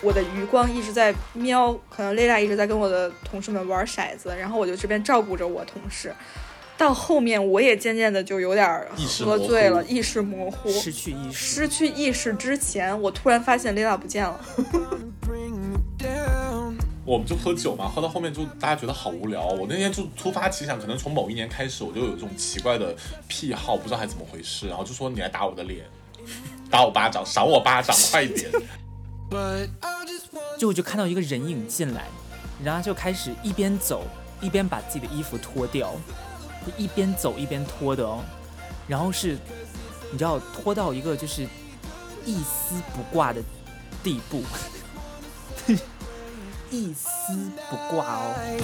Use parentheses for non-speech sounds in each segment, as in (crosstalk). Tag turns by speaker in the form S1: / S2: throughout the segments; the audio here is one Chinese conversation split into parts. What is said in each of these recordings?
S1: 我的余光一直在瞄，可能 Lila 一直在跟我的同事们玩骰子，然后我就这边照顾着我同事。到后面我也渐渐的就有点儿
S2: 意识
S1: 喝
S2: 模
S1: 醉
S2: 糊
S1: 了， (laughs) 意识模糊。
S3: 失去意识。
S1: 失去意识之前，我突然发现 Lila 不见了。
S4: bring me down.
S2: 我们就喝酒嘛，喝到后面就大家觉得好无聊。我那天就突发奇想，可能从某一年开始，我就有这种奇怪的癖好，不知道还怎么回事，然后就说你来打我的
S3: (laughs)
S2: 脸，打我巴掌，赏我巴掌，快点！
S4: But I just want
S3: 就我就看到一个人影进来，然后他就开始一边走一边把自己的衣服脱掉，就一边走一边脱的哦，然后是，你知道脱到一个就是一丝不挂的地步， (laughs) 一丝不挂哦。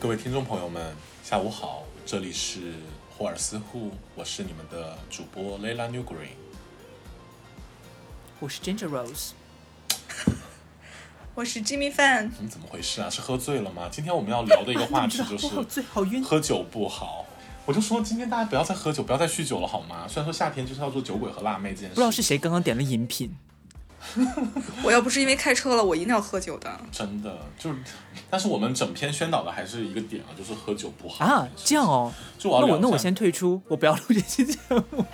S2: 各位听众朋友们，下午好，这里是霍尔斯户，我是你们的主播 Layla New Green。
S3: 我哦是 Ginger Rose，
S1: 我是 Jimmy Fan，
S2: 你们怎么回事啊？是喝醉了吗？今天我们要聊的一个话题就
S3: (laughs) 我好
S2: 是
S3: 醉好晕。
S2: 喝酒不好。我就说今天大家不要再喝酒，不要再酗酒了好吗？虽然说夏天就是要做酒鬼和辣妹这件事，
S3: 不知道是谁刚刚点了饮品，
S1: 我要不是因为开车了，我一定要喝酒的。
S2: 真的就是，但是我们整篇宣导的还是一个点啊，就是喝酒不好
S3: 啊，这样。哦。
S2: 就我要
S3: 那
S2: 聊
S3: 我
S2: 一下
S3: 那我先退出，我不要录这期节目。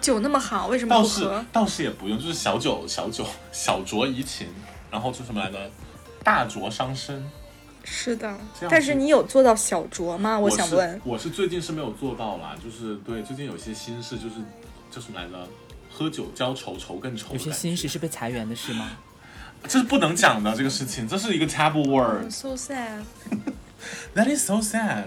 S1: 酒那么好，为什么
S2: 倒
S1: 不
S2: 是
S1: 喝？
S2: 倒是也不用，就是小酒小酒小酌怡情，然后就什么来着，大酌伤身。
S1: 是的
S2: 这样，
S1: 但是
S2: 是
S1: 你有做到小酌吗？我想
S2: 是
S1: 问，
S2: 我是最近是没有做到啦，就是对最近有些心事，就是叫什么来着？喝酒浇愁，愁更愁的感
S3: 有
S2: 觉。
S3: 些心事是被裁员的是吗？
S2: 这是不能讲的这个事情，这是一个 taboo
S3: 嗯
S2: word。
S1: so sad。
S2: That is so sad。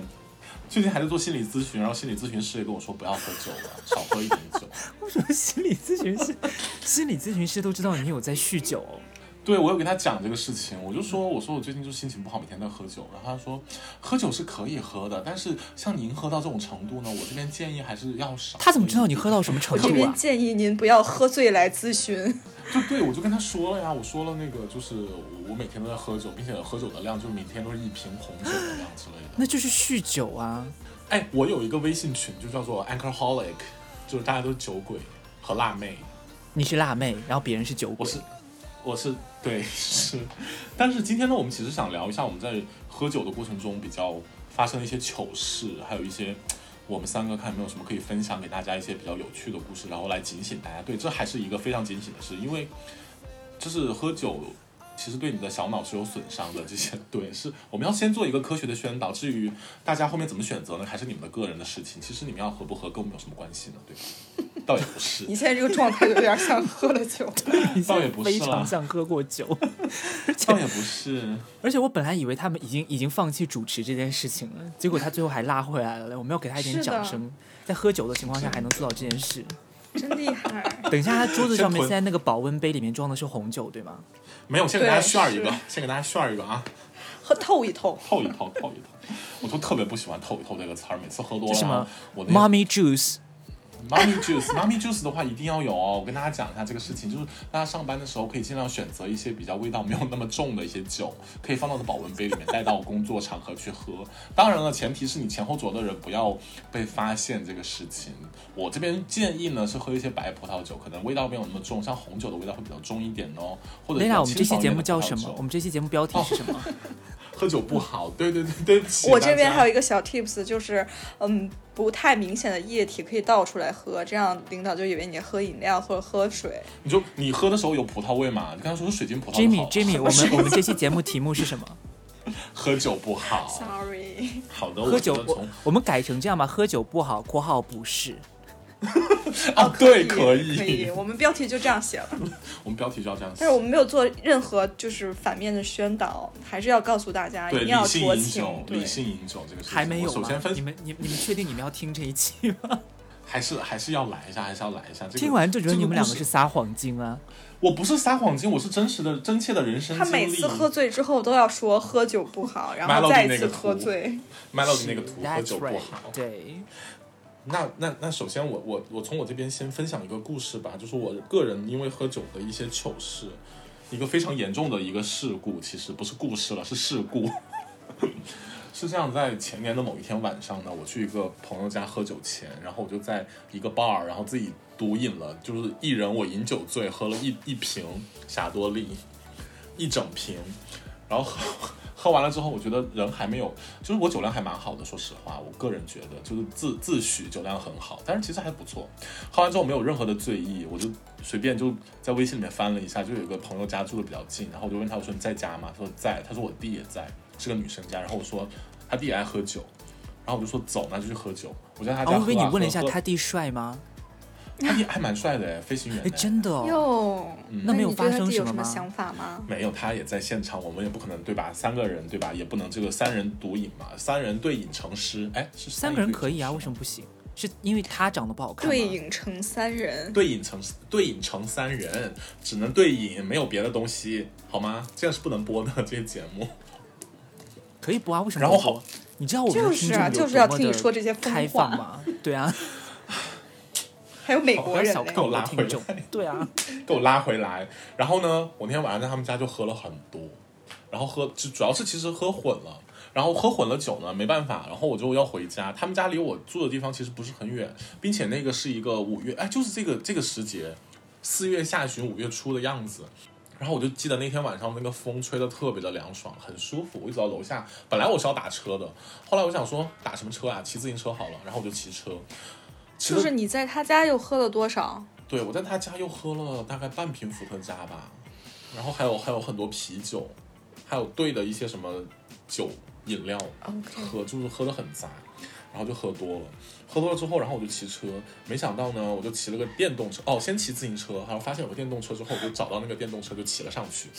S2: 最近还在做心理咨询，然后心理咨询师也跟我说不要喝酒了，少喝一点酒。
S3: 为什么心理咨询师， (laughs) 心理咨询师都知道你有在酗酒、哦？
S2: 对我有给他讲这个事情，我就说我说我最近就心情不好，每天在喝酒。然后他说喝酒是可以喝的，但是像您喝到这种程度呢，我这边建议还是要少。
S3: 他怎么知道你喝到什么程
S1: 我这
S3: 度
S1: 边
S3: 啊？
S1: 建议您不要喝醉来咨询。
S2: 就对我就跟他说了呀，我说了那个就是我我每天都在喝酒，并且喝酒的量就是每天都是一瓶红酒的量之类的。
S3: 那就是酗酒啊！
S2: 哎，我有一个微信群，就叫做 Anchorholic，就是大家都是酒鬼和辣妹。
S3: 你是辣妹，然后别人是酒
S2: 我
S3: 鬼，
S2: 是，我是对是，但是今天呢，我们其实想聊一下我们在喝酒的过程中比较发生的一些糗事，还有一些我们三个看有没有什么可以分享给大家一些比较有趣的故事，然后来警醒大家。对，这还是一个非常警醒的事，因为就是喝酒。其实对你的小脑是有损伤的，这些对是我们要先做一个科学的宣导。至于大家后面怎么选择呢，还是你们的个人的事情。其实你们要喝不喝跟我们有什么关系呢？对吧？倒也不是
S1: 你，现在这个状态有点像喝了酒。
S3: (laughs) 你现
S2: 倒也
S3: 在
S2: 不是啊
S3: 非
S2: 啦
S3: 常像喝过酒， (laughs)
S2: 倒也不是。
S3: 而且我本来以为他们已经已经放弃主持这件事情了，结果他最后还拉回来了。我们要给他一点
S1: 是的
S3: 掌声，在喝酒的情况下还能做到这件事。
S1: 真厉害！
S3: 等一下，他桌子上面
S2: 先
S3: 现
S2: 滚
S3: 在那个保温杯里面装的是红酒，对吗？
S2: 没有，先给大家
S1: 对
S2: 炫一个
S1: 是，
S2: 先给大家炫一个啊，
S1: 喝透一透，
S2: 透一透，透一透。我都特别不喜欢“透一透”这个词儿，每次喝多
S3: 这什
S2: 了
S3: 么
S2: 啊，我那个
S3: Mommy Juice？
S2: mommy juice，mommy juice 的话一定要有哦。我跟大家讲一下这个事情，就是大家上班的时候可以尽量选择一些比较味道没有那么重的一些酒，可以放到保温杯里面，带到工作场合去喝。当然了，前提是你前后左右的人不要被发现这个事情。我这边建议呢是喝一些白葡萄酒，可能味道没有那么重，像红酒的味道会比较重一点哦，或者
S3: 雷
S2: 比
S3: 娜，
S2: 较
S3: 我们这
S2: 轻
S3: 期
S2: 薄一
S3: 节
S2: 点
S3: 目
S2: 的
S3: 叫
S2: 葡萄
S3: 什么
S2: 酒？
S3: 我们这期节目标题是什么？
S2: 喝酒不好，对对对对不起。
S1: 我这边
S2: 大家
S1: 还有一个小 tips，就是嗯，不太明显的液体可以倒出来喝，这样领导就以为你喝饮料或者喝水。
S2: 你就你喝的时候有葡萄味嘛？你刚才说是水晶葡萄就哦好
S3: Jimmy
S2: 了
S3: Jimmy，我们我们这期节目题目是什么？
S2: 喝酒不
S1: (laughs)
S2: 好。
S1: Sorry，
S2: 好的，
S3: 喝酒
S2: 我觉得
S3: 我
S2: 从
S3: 我们改成这样吧，喝酒不好（括号不是哦
S2: 啊，对，
S1: 哦可
S2: 以，
S1: 可
S2: (laughs)
S1: 以，我们标题就这样写了，
S2: 我们标题就要这样写
S1: 但是。我们没有做任何就是反面的宣导，还是要告诉大家一
S2: 对，
S1: 定
S2: 理
S1: 要
S2: 性
S1: 酌
S2: 饮
S1: 情
S2: 酒，，
S1: 对
S2: 理性饮酒这个事情，
S3: 还没有
S2: 我首
S3: 吗
S2: 先？
S3: 你
S2: 分，
S3: 们你你们确定你们要听这一期吗？
S2: 还是还是要来一下，还是要来一下。这个
S3: 听完就觉得你们两个
S2: 这
S3: 是
S2: 故事
S3: 撒谎精啊！
S2: 我不是撒谎精，我是真实的、真切的人生
S1: 他
S2: 经历。
S1: 每次喝醉之后都要说喝酒不好，然
S2: Melody
S1: 后再一
S2: 那
S1: 次
S2: 个
S1: 喝
S2: 图
S1: 醉。 (laughs)
S2: Melody 那个图，喝
S3: That's
S2: 酒不
S3: right，
S2: 好。
S3: 对，
S2: 那那那，首先我我我从我这边先分享一个故事吧，就是我个人因为喝酒的一些糗事，一个非常严重的一个事故，其实不是故事了，是事故。 (laughs) 是这样，在前年的某一天晚上呢，我去一个朋友家喝酒前，然后我就在一个 bar，然后自己独饮了，就是一人我饮酒醉，喝了一一瓶霞多丽，一整瓶，然后喝 (laughs) 喝完了之后，我觉得人还没有，就是我酒量还蛮好的，说实话，我个人觉得就是自自诩酒量很好，但是其实还不错。喝完之后没有任何的醉意，我就随便就在微信里面翻了一下，就有一个朋友家住的比较近，然后我就问他我说你在家吗？他说在，他说我弟也在，是个女生家，然后我说他弟也爱喝酒，然后我就说走，那就去喝酒。我在他家喝
S3: 哦，
S2: 啊、
S3: 我以为你问了一下
S2: 喝
S3: 他，弟帅吗？
S2: 他弟还蛮帅的哎，飞行员
S3: 哎，
S2: 哎
S3: 真的哦，
S1: 哟，
S2: 嗯
S3: 那没有
S1: 你对
S3: 发
S1: 他
S3: 生
S1: 弟
S3: 什
S1: 有
S3: 么
S1: 什么
S3: 吗
S1: 想法吗？
S2: 没有，他也在现场，我们也不可能对吧？三个人对吧？也不能这个三人独饮嘛，三人对饮成诗，哎，是
S3: 三个人可以啊，为
S2: 么？
S3: 什么不行？是因为他长得不好看吗？
S1: 对影成三人，
S2: 对饮成对饮成三人，只能对饮，没有别的东西，好吗？这样是不能播的这些节目。
S3: 可以播啊，为什么
S2: 然后
S3: 不播
S2: 好，
S3: 你知道我们的
S1: 就是
S3: 听众
S1: 啊
S3: 有
S1: 就是
S3: 多
S1: 要
S3: 么
S1: 听你
S3: 的
S1: 说这些疯
S3: 开放
S1: 话
S3: 吗？对啊，
S1: 还有美
S2: 哦
S3: 我
S1: 国
S3: 要
S1: 人
S3: 小
S1: 嘞
S3: 看哎我
S2: 我
S3: 们
S2: 拉
S3: 的
S2: 回
S3: 听众
S2: 来，
S3: 对啊，
S2: 给我拉回来。然后呢，我那天晚上在他们家就喝了很多，然后喝就主要是其实喝混了，然后喝混了酒呢，没办法，然后我就要回家。他们家离我住的地方其实不是很远，并且那个是一个五月，哎，就是这个这个时节，四月下旬五月初的样子。然后我就记得那天晚上那个风吹得特别的凉爽，很舒服。我一直到楼下，本来我是要打车的，后来我想说打什么车啊，骑自行车好了。然后我就骑车，骑
S1: 就
S2: 了
S1: 是你在他家又喝了多少？
S2: 对，我在他家又喝了大概半瓶伏特加吧，然后还有还有很多啤酒，还有兑的一些什么酒饮料
S1: OK
S2: 喝就是喝的很杂，然后就喝多了，喝多了之后，然后我就骑车，没想到呢，我就骑了个电动车，哦，先骑自行车，然后发现有个电动车之后，我就找到那个电动车就骑了上去。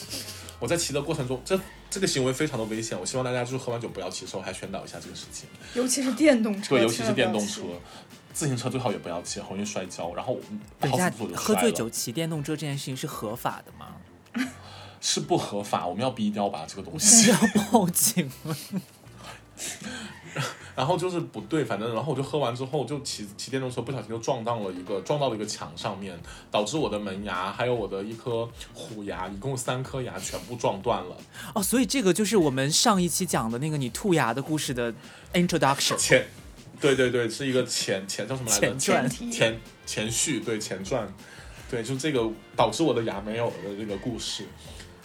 S2: 我在骑的过程中，这这个行为非常的危险，我希望大家就是喝完酒不要骑车，我还宣导一下这个事情。
S1: 尤其是电动车，
S2: 对，尤其
S1: 千
S2: 是
S1: 万不要
S2: 电动
S1: 骑
S2: 车，自行车最好也不要骑，很容易摔跤。然后我
S3: 等
S2: 好
S3: 一下
S2: 死不死我就
S3: 喝
S2: 摔
S3: 醉
S2: 了。
S3: 酒骑电动车这件事情是合法的吗？ (laughs)
S2: 是不合法，我们要逼掉吧这个东
S3: 是
S2: 西
S3: 要。报警吗？
S2: 然后就是不对，反正然后我就喝完之后就骑骑电动车，不小心就撞到了一个撞到了一个墙上面，导致我的门牙还有我的一颗虎牙，一共三颗牙全部撞断了。
S3: 哦，所以这个就是我们上一期讲的那个你兔牙的故事的
S2: (laughs)
S3: introduction。
S2: 前，对对对，是一个前前叫什么来着？
S3: 前传
S2: 前前前序，对前传，对，就这个导致我的牙没有了的这个故事。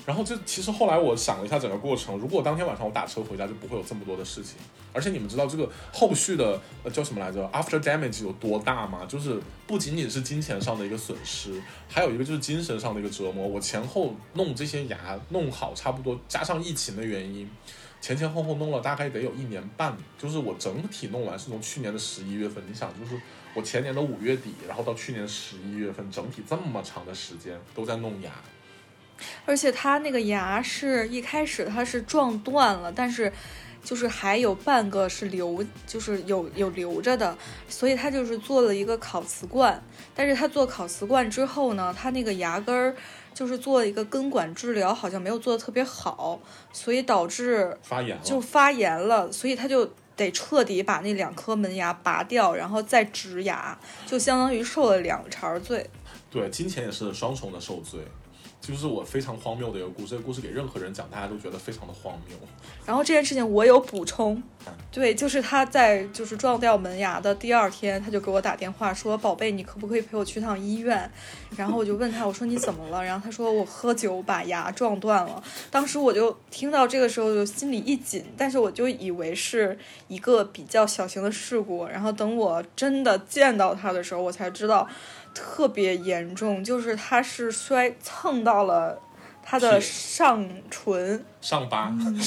S2: 然后就其实后来我想了一下整个过程，如果当天晚上我打车回家，就不会有这么多的事情。而且你们知道这个后续的呃叫什么来着？After damage 有多大吗？就是不仅仅是金钱上的一个损失，还有一个就是精神上的一个折磨。我前后弄这些牙弄好，差不多加上疫情的原因，前前后后弄了大概得有一年半，就是我整体弄完是从去年的十一月份，你想就是我前年的五月底，然后到去年十一月份，整体这么长的时间都在弄牙。
S1: 而且他那个牙是一开始他是撞断了，但是就是还有半个是留，就是有有留着的，所以他就是做了一个烤瓷冠。但是他做烤瓷冠之后呢，他那个牙根儿就是做了一个根管治疗，好像没有做的特别好，所以导致
S2: 发炎了，
S1: 就发炎了，所以他就。得彻底把那两颗门牙拔掉，然后再植牙，就相当于受了两茬罪。
S2: 对，金钱也是双重的受罪，就是我非常荒谬的一个故事。这个故事给任何人讲，大家都觉得非常的荒谬。
S1: 然后这件事情我有补充
S2: 嗯，
S1: 对，就是他在就是撞掉门牙的第二天，他就给我打电话说：“宝贝，你可不可以陪我去趟医院？”然后我就问他，我说：“你怎么了？”然后他说：“我喝酒把牙撞断了。”当时我就听到这个时候就心里一紧，但是我就以为是一个比较小型的事故。然后等我真的见到他的时候，我才知道特别严重，就是他是摔蹭到了他的
S2: 是
S1: 上唇。
S2: 上巴，
S1: 嗯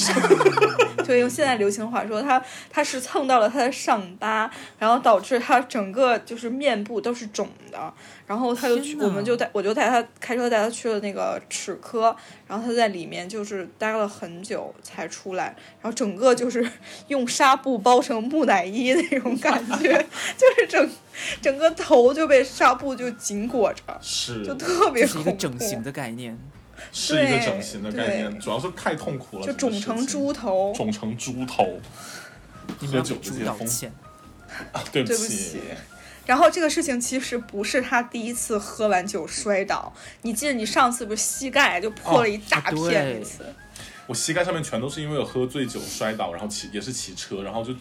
S1: 就用现在流行话说，他他是蹭到了他的上巴，然后导致他整个就是面部都是肿的，然后他就去，
S3: 天哪
S1: 我们就带我就带他开车带他去了那个齿科，然后他在里面就是待了很久才出来，然后整个就是 (laughs) 用纱布包成木乃伊那种感觉， (laughs) 就是整整个头就被纱布就紧裹着，(laughs)
S2: 是
S1: 就特别
S3: 这是
S1: 恐
S3: 一
S1: 怖
S3: 个，整形的概念，
S2: 是一个
S1: 对
S2: 整形的概念，
S1: 对
S2: 主要是太痛苦了，
S1: 就
S2: 这个
S1: 肿
S2: 事
S1: 成
S2: 情
S1: 猪，头，
S2: 肿成猪头。
S3: 你们要
S2: 喝酒
S3: 给
S2: 这
S3: 猪
S2: 些
S3: 道
S2: 风
S3: 歉。
S2: 啊对不
S1: 对不起。然后这个事情其实不是他第一次喝完酒摔倒，你记得你上次不是膝盖就破了一大
S3: 哦啊对
S1: 片那次，
S2: 我膝盖上面全都是因为我喝醉酒摔倒，然后骑也是骑车，然后就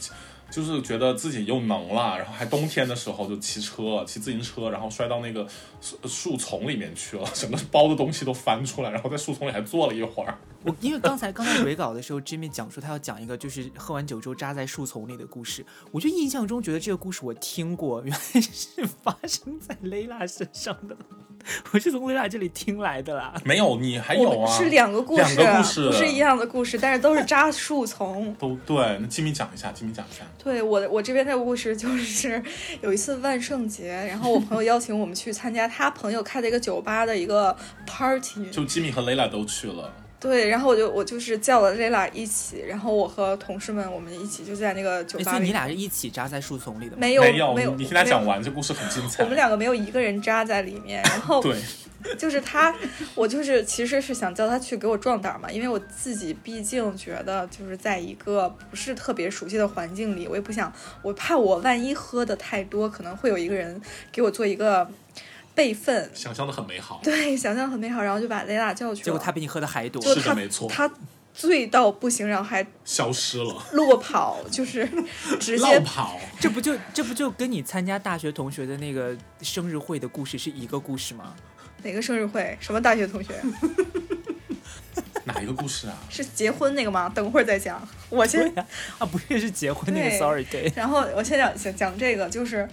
S2: 就是觉得自己又能了，然后还冬天的时候就骑车骑自行车，然后摔到那个树树丛里面去了，整个包的东西都翻出来，然后在树丛里还坐了一会儿。
S3: 我因为刚才刚才蕊稿的时候，Jimmy 讲说他要讲一个就是喝完酒之后扎在树丛里的故事，我就印象中觉得这个故事我听过，原来是发生在蕾拉身上的，我是从蕾拉这里听来的啦。
S2: 没有，你还
S1: 我
S2: 有啊？
S1: 是两个故事，
S2: 两个故事
S1: 不是一样的故事，但是都是扎树丛。
S2: 都对。那吉米讲一下，吉米讲一下。
S1: 对我的我这边的故事就是有一次万圣节，然后我朋友邀请我们去参加他朋友开的一个酒吧的一个 party，
S2: 就吉米和雷拉都去了，
S1: 对，然后我就我就是叫了 Lila 一起，然后我和同事们我们一起就在那个酒
S3: 诶哎所
S1: 吧
S3: 以
S1: 里，
S3: 你俩是一起扎在树丛里的吗？
S1: 没有
S2: 没
S1: 没有，
S2: 哎你听他
S1: 没有
S2: 讲完，这故事很精彩。
S1: 我们两个没有一个人扎在里面，然后
S2: 对，
S1: 就是他，我就是其实是想叫他去给我壮胆儿嘛，因为我自己毕竟觉得就是在一个不是特别熟悉的环境里，我也不想，我怕我万一喝的太多，可能会有一个人给我做一个备份。
S2: 想象的很美好。
S1: 对，想象很美好，然后就把雷拉叫去了。
S3: 结果他比你喝的还多。
S1: 就是
S2: 的
S1: 他
S2: 没错
S1: 他醉到不行，然后还
S2: 消失了，
S1: 落跑，就是直
S2: 绕
S1: 接
S2: 跑。
S3: 这不就这不就跟你参加大学同学的那个生日会的故事是一个故事吗？
S1: 哪个生日会？什么大学同学？
S2: 哪一个故事啊？
S1: 是结婚那个吗？等会儿再讲，我先
S3: (laughs) 啊，不是，是结婚那个
S1: 对
S3: sorry day。
S1: 然后我先讲讲讲这个，就是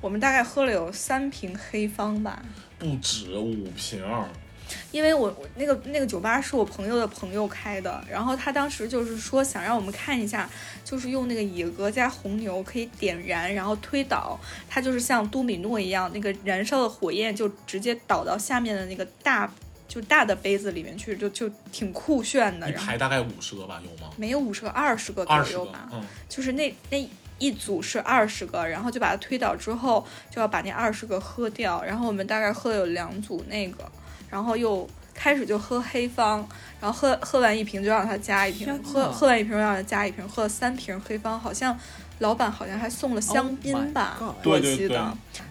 S1: 我们大概喝了有三瓶黑方吧，
S2: 不止五瓶儿，
S1: 因为我我那个那个酒吧是我朋友的朋友开的，然后他当时就是说想让我们看一下，就是用那个野格加红牛可以点燃，然后推倒，它就是像都米诺一样，那个燃烧的火焰就直接倒到下面的那个大就大的杯子里面去，就就挺酷炫的。
S2: 一
S1: 然后
S2: 排大概五十个吧，有吗？
S1: 没有五十个，二十个左
S2: 二十
S1: 右
S2: 个
S1: 吧。，
S2: 嗯，
S1: 就是那那一组是二十个，然后就把它推倒之后，就要把那二十个喝掉。然后我们大概喝了有两组那个，然后又开始就喝黑方，然后喝喝完一瓶就让他加一
S3: 天
S1: 瓶，
S3: 哪
S1: 喝喝完一瓶就让他加一瓶，喝了三瓶黑方，好像老板好像还送了香
S3: Oh
S1: 槟
S3: my
S1: 吧
S3: God
S1: 我
S2: 对对
S1: 记得。
S2: 对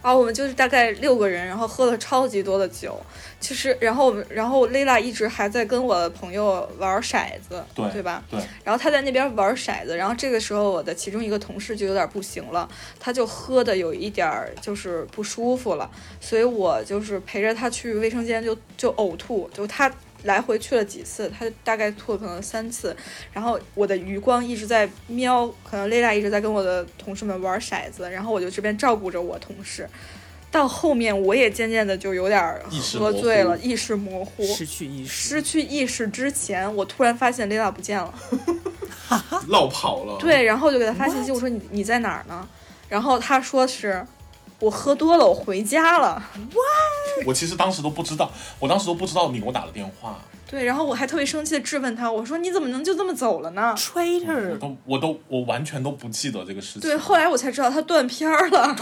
S1: 然后我们就是大概六个人，然后喝了超级多的酒，其实然后我们然后 Lila 一直还在跟我的朋友玩骰子，
S2: 对
S1: 对吧？
S2: 对，
S1: 然后他在那边玩骰子，然后这个时候我的其中一个同事就有点不行了，他就喝的有一点儿就是不舒服了，所以我就是陪着他去卫生间就就呕吐，就他来回去了几次，他大概吐了可能三次，然后我的余光一直在瞄，可能 Lila 一直在跟我的同事们玩骰子，然后我就这边照顾着我同事。到后面我也渐渐的就有点儿
S2: 意识
S1: 喝
S2: 模
S1: 醉
S2: 糊
S1: 了，意识模糊，
S3: 失去意识
S1: 失，去意识之前，我突然发现 Lila 不见了。
S2: 绕跑了。，
S1: 啊对，然后我就给他发信息，我说你你在哪儿呢？然后他说是我喝多了，我回家了。
S2: 我其实当时都不知道，我当时都不知道你给我打了电话，
S1: 对，然后我还特别生气的质问他，我说你怎么能就这么走了呢？
S2: 我
S3: traitor，
S2: 都我都我完全都不记得这个事情。
S1: 对，后来我才知道他断片儿了。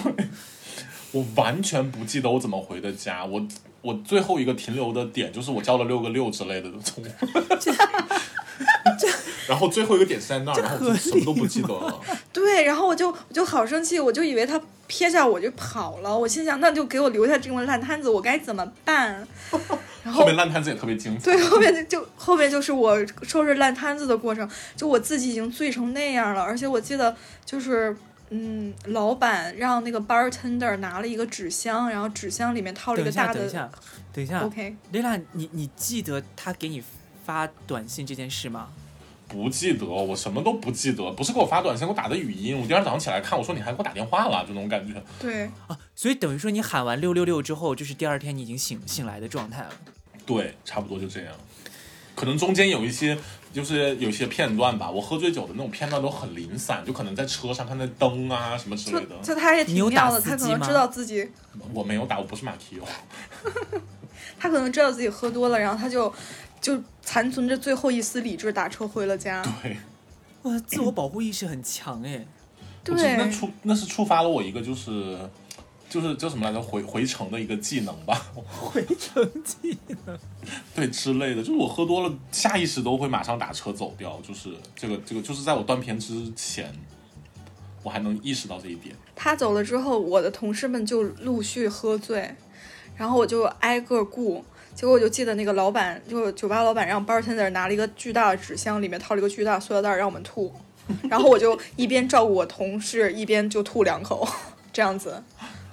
S2: 我完全不记得我怎么回的家，我我最后一个停留的点就是我交了六个六之类的，从
S1: (laughs)
S2: (laughs) 然后最后一个点是在那儿，然后我就什么都不记得了。
S1: 对，然后我就我就好生气，我就以为他撇下我就跑了，我心想那就给我留下这么烂摊子，我该怎么办？然
S2: 后
S1: 后
S2: 面烂摊子也特别精彩，
S1: 对，后面就就后面就是我收拾烂摊子的过程，就我自己已经醉成那样了，而且我记得就是。嗯，老板让那个 bartender 拿了一个纸箱，然后纸箱里面套了
S3: 等
S1: 一
S3: 一
S1: 个
S3: 下，
S1: 大
S3: 等
S1: 的
S3: 一下，等一下
S1: o k
S3: ，Lila，你你记得他给你发短信这件事吗？
S2: 不记得，我什么都不记得，不是给我发短信，给我打的语音，我第二天早上起来看，我说你还给我打电话了，就那种感觉。
S1: 对，
S3: 啊，所以等于说你喊完六六六之后，就是第二天你已经醒醒来的状态了。
S2: 对，差不多就这样。可能中间有一些，就是有一些片段吧，我喝醉酒的那种片段都很零散，就可能在车上看那灯啊什么之
S1: 就
S2: 类的。
S1: 就他也
S3: 你
S1: 挺
S3: 有打
S1: 妙的，
S3: 司
S1: 他可
S3: 机
S1: 能
S3: 吗
S1: 知道自己，
S2: 我没有打，我不是马蹄哦。
S1: 他可能知道自己喝多了，然后他就就残存着最后一丝理智打车回了家。
S2: 对，
S3: 哇，自我保护意识很强哎。
S2: 我觉得那
S1: 对，
S2: 触那是触发了我一个就是就是叫什么来着回回程的一个技能吧，
S3: 成绩
S2: 对之类的，就是我喝多了，下意识都会马上打车走掉，就是这个这个就是在我断片之前，我还能意识到这一点。
S1: 他走了之后，我的同事们就陆续喝醉，然后我就挨个顾。结果我就记得那个老板，就酒吧老板让 bartender 拿了一个巨大的纸箱，里面套了一个巨大的塑料袋儿让我们吐，然后我就一边照顾我同事，一边就吐两口，这样子。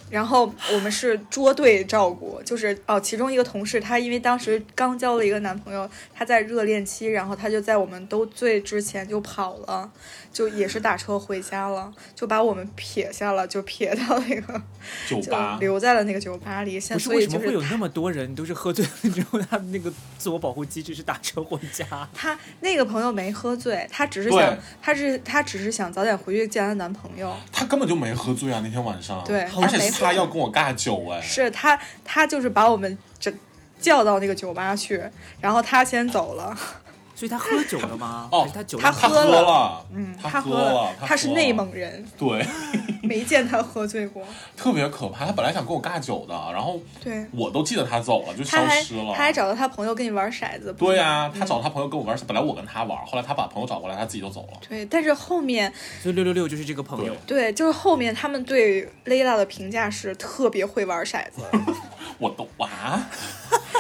S1: 然后我们是捉对照顾，就是哦，其中一个同事她因为当时刚交了一个男朋友，她在热恋期，然后她就在我们都醉之前就跑了，就也是打车回家了，就把我们撇下了，就撇到那个
S2: 酒
S1: 就
S2: 吧
S1: 留在了那个酒吧里。现在
S3: 不是
S1: 所
S3: 为
S1: 以
S3: 什么
S1: 就
S3: 会有
S1: 是
S3: 那么多人都是喝醉了之后，他那个自我保护机制是打车回家？
S1: 她那个朋友没喝醉，她只是
S2: 对
S1: 想，她是她只是想早点回去见她男朋友。
S2: 她根本就没喝醉啊，那天晚上。
S1: 对
S2: 而
S1: 她
S2: 且
S1: 没
S2: 是
S1: 喝
S2: 她要跟我尬酒哎、
S1: 是他，他就是把我们整叫到那个酒吧去，然后他先走了。
S3: 所以他喝酒了吗？
S2: 哦
S3: 还是他酒
S1: 他
S2: 她
S1: 喝
S2: 喝
S1: 了
S2: 了，
S1: 嗯，
S2: 她
S1: 喝
S2: 了，她
S1: 他是
S2: 喝
S1: 内
S2: 了，
S1: 蒙人，
S2: 对， (laughs)
S1: 没见他喝醉过。
S2: 特别可怕。她本来想跟我尬酒的，然后
S1: 对，
S2: 我都记得她走了，就 (laughs) 消
S1: 他还
S2: 失了。
S1: 他还找嗯到他朋友跟你玩骰子。不是
S2: 对
S1: 吗
S2: 啊，她找她朋友跟我玩，本来我跟她玩，后来她把朋友找过来，她自己就走了。
S1: 对，但是后面
S3: 所以六六六就是这个朋友
S1: 对，
S2: 对。，
S1: 就是后面他们对 Layla 的评价是特别会玩骰子，
S2: 嗯我都啊，
S1: (laughs)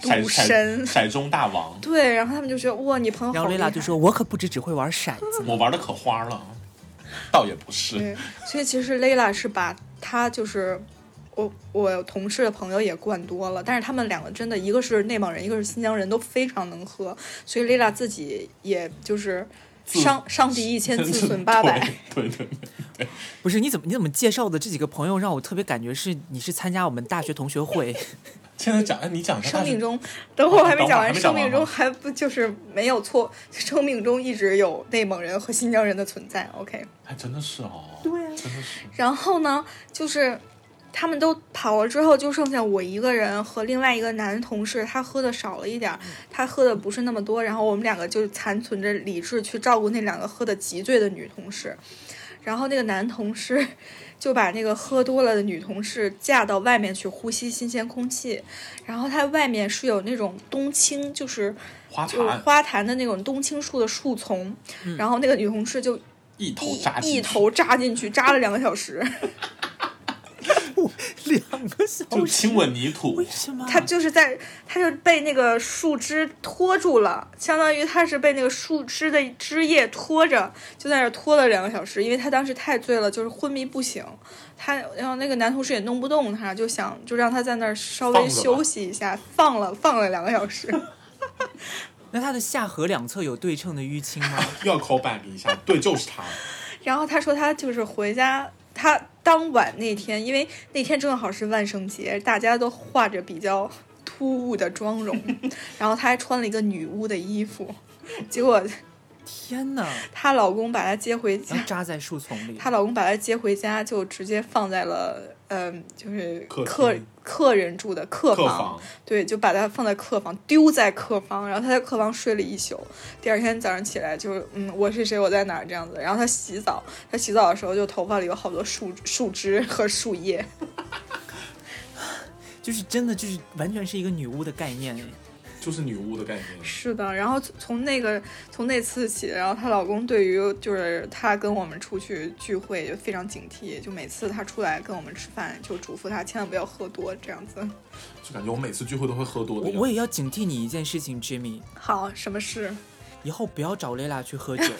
S1: 赌
S2: 骰骰
S1: 神
S2: 骰中大王，
S1: 对，然后他们就觉得哇，你朋友
S3: 然
S1: 好
S3: 后
S1: 厉
S3: 蕾
S1: 害
S3: 拉就说：“我可不止只会玩骰子。
S2: 我玩的可花了，倒也不是，
S1: 对，所以其实 Layla 是把她就是我我同事的朋友也灌多了，但是他们两个真的一个是内蒙人，一个是新疆人，都非常能喝，所以 Layla 自己也就是
S2: 自
S1: 伤伤敌一千，自损八百。
S2: (laughs)
S1: (laughs)
S2: 对，对对对，”
S3: 不是，你怎么你怎么介绍的这几个朋友让我特别感觉是你是参加我们大学同
S1: (laughs)
S3: 学会， (laughs)
S2: 现在讲，哎，你讲一下
S1: 生
S2: 大
S1: 命
S2: 学，
S1: 中，等会儿我还没讲
S2: 等会儿还
S1: 完。
S2: 没
S1: 生
S2: 讲完啊
S1: 命
S2: 吗
S1: 中还不就是没有错，生命中一直有内蒙人和新疆人的存在。OK，
S2: 还真的是哦，
S1: 对啊
S2: 真的是，
S1: 然后呢，就是他们都跑了之后，就剩下我一个人和另外一个男同事，他喝的少了一点儿，
S2: 嗯
S1: 他喝的不是那么多，然后我们两个就残存着理智去照顾那两个喝的极醉的女同事。然后那个男同事 (laughs) 就把那个喝多了的女同事架到外面去呼吸新鲜空气，然后他外面是有那种冬青，就是
S2: 花
S1: 就是
S2: 坛
S1: 花坛的那种冬青树的树丛，然后那个女同事就
S2: 一嗯头
S1: 一
S2: 扎进去
S1: 一头扎进去，扎了两个小时。
S3: 两个小
S2: 就
S3: 时，
S2: 亲吻泥土
S3: 为，什么？
S2: 嗯
S3: 啊
S1: 他就是在，他就被那个树枝拖住了，相当于他是被那个树枝的枝叶拖着，就在那儿拖了两个小时，因为他当时太醉了，就是昏迷不醒。他然后那个男同事也弄不动他，就想就让他在那儿稍
S2: 放
S1: 微
S2: 着吧
S1: 休息一下，放了放了两个小
S2: (laughs)
S1: 时。
S3: 那他的下颌两侧有对称的淤青吗？
S1: (laughs)
S2: 又要 call back 一下，对，就是他，
S1: 然后他说他就是回家，他当晚那天，因为那天正好是万圣节，大家都画着比较突兀的妆
S2: (laughs)
S1: 容，然后他还穿了一个女巫的衣服，结果
S3: 天哪！
S1: 她老公把她接回家
S2: 啊
S3: 然，后扎在树丛里，
S1: 她老公把她接回家就直接放在了嗯，就是
S2: 客
S1: 客
S2: 厅
S1: 客人住的客
S2: 客
S1: 房，
S2: 房，
S1: 对，就把她放在客房，丢在客房，然后她在客房睡了一宿。第二天早上起来就是，嗯，我是谁，我在哪儿这样子。然后她洗澡，她洗澡的时候就头发里有好多树树枝和树叶，
S3: 就是真的就是完全是一个女巫的概念哎。
S2: 就是女巫的概念，
S1: 是的，然后从从那个从那次起，然后她老公对于就是她跟我们出去聚会就非常警惕，就每次她出来跟我们吃饭，就嘱咐她千万不要喝多这样子。
S2: 就感觉我每次聚会都会喝多的
S3: 我
S2: 样子，
S3: 我也要警惕你一件事情，Jimmy，
S1: 好，什么事？
S3: 以后不要找蕾拉去
S1: (laughs)
S3: 喝酒。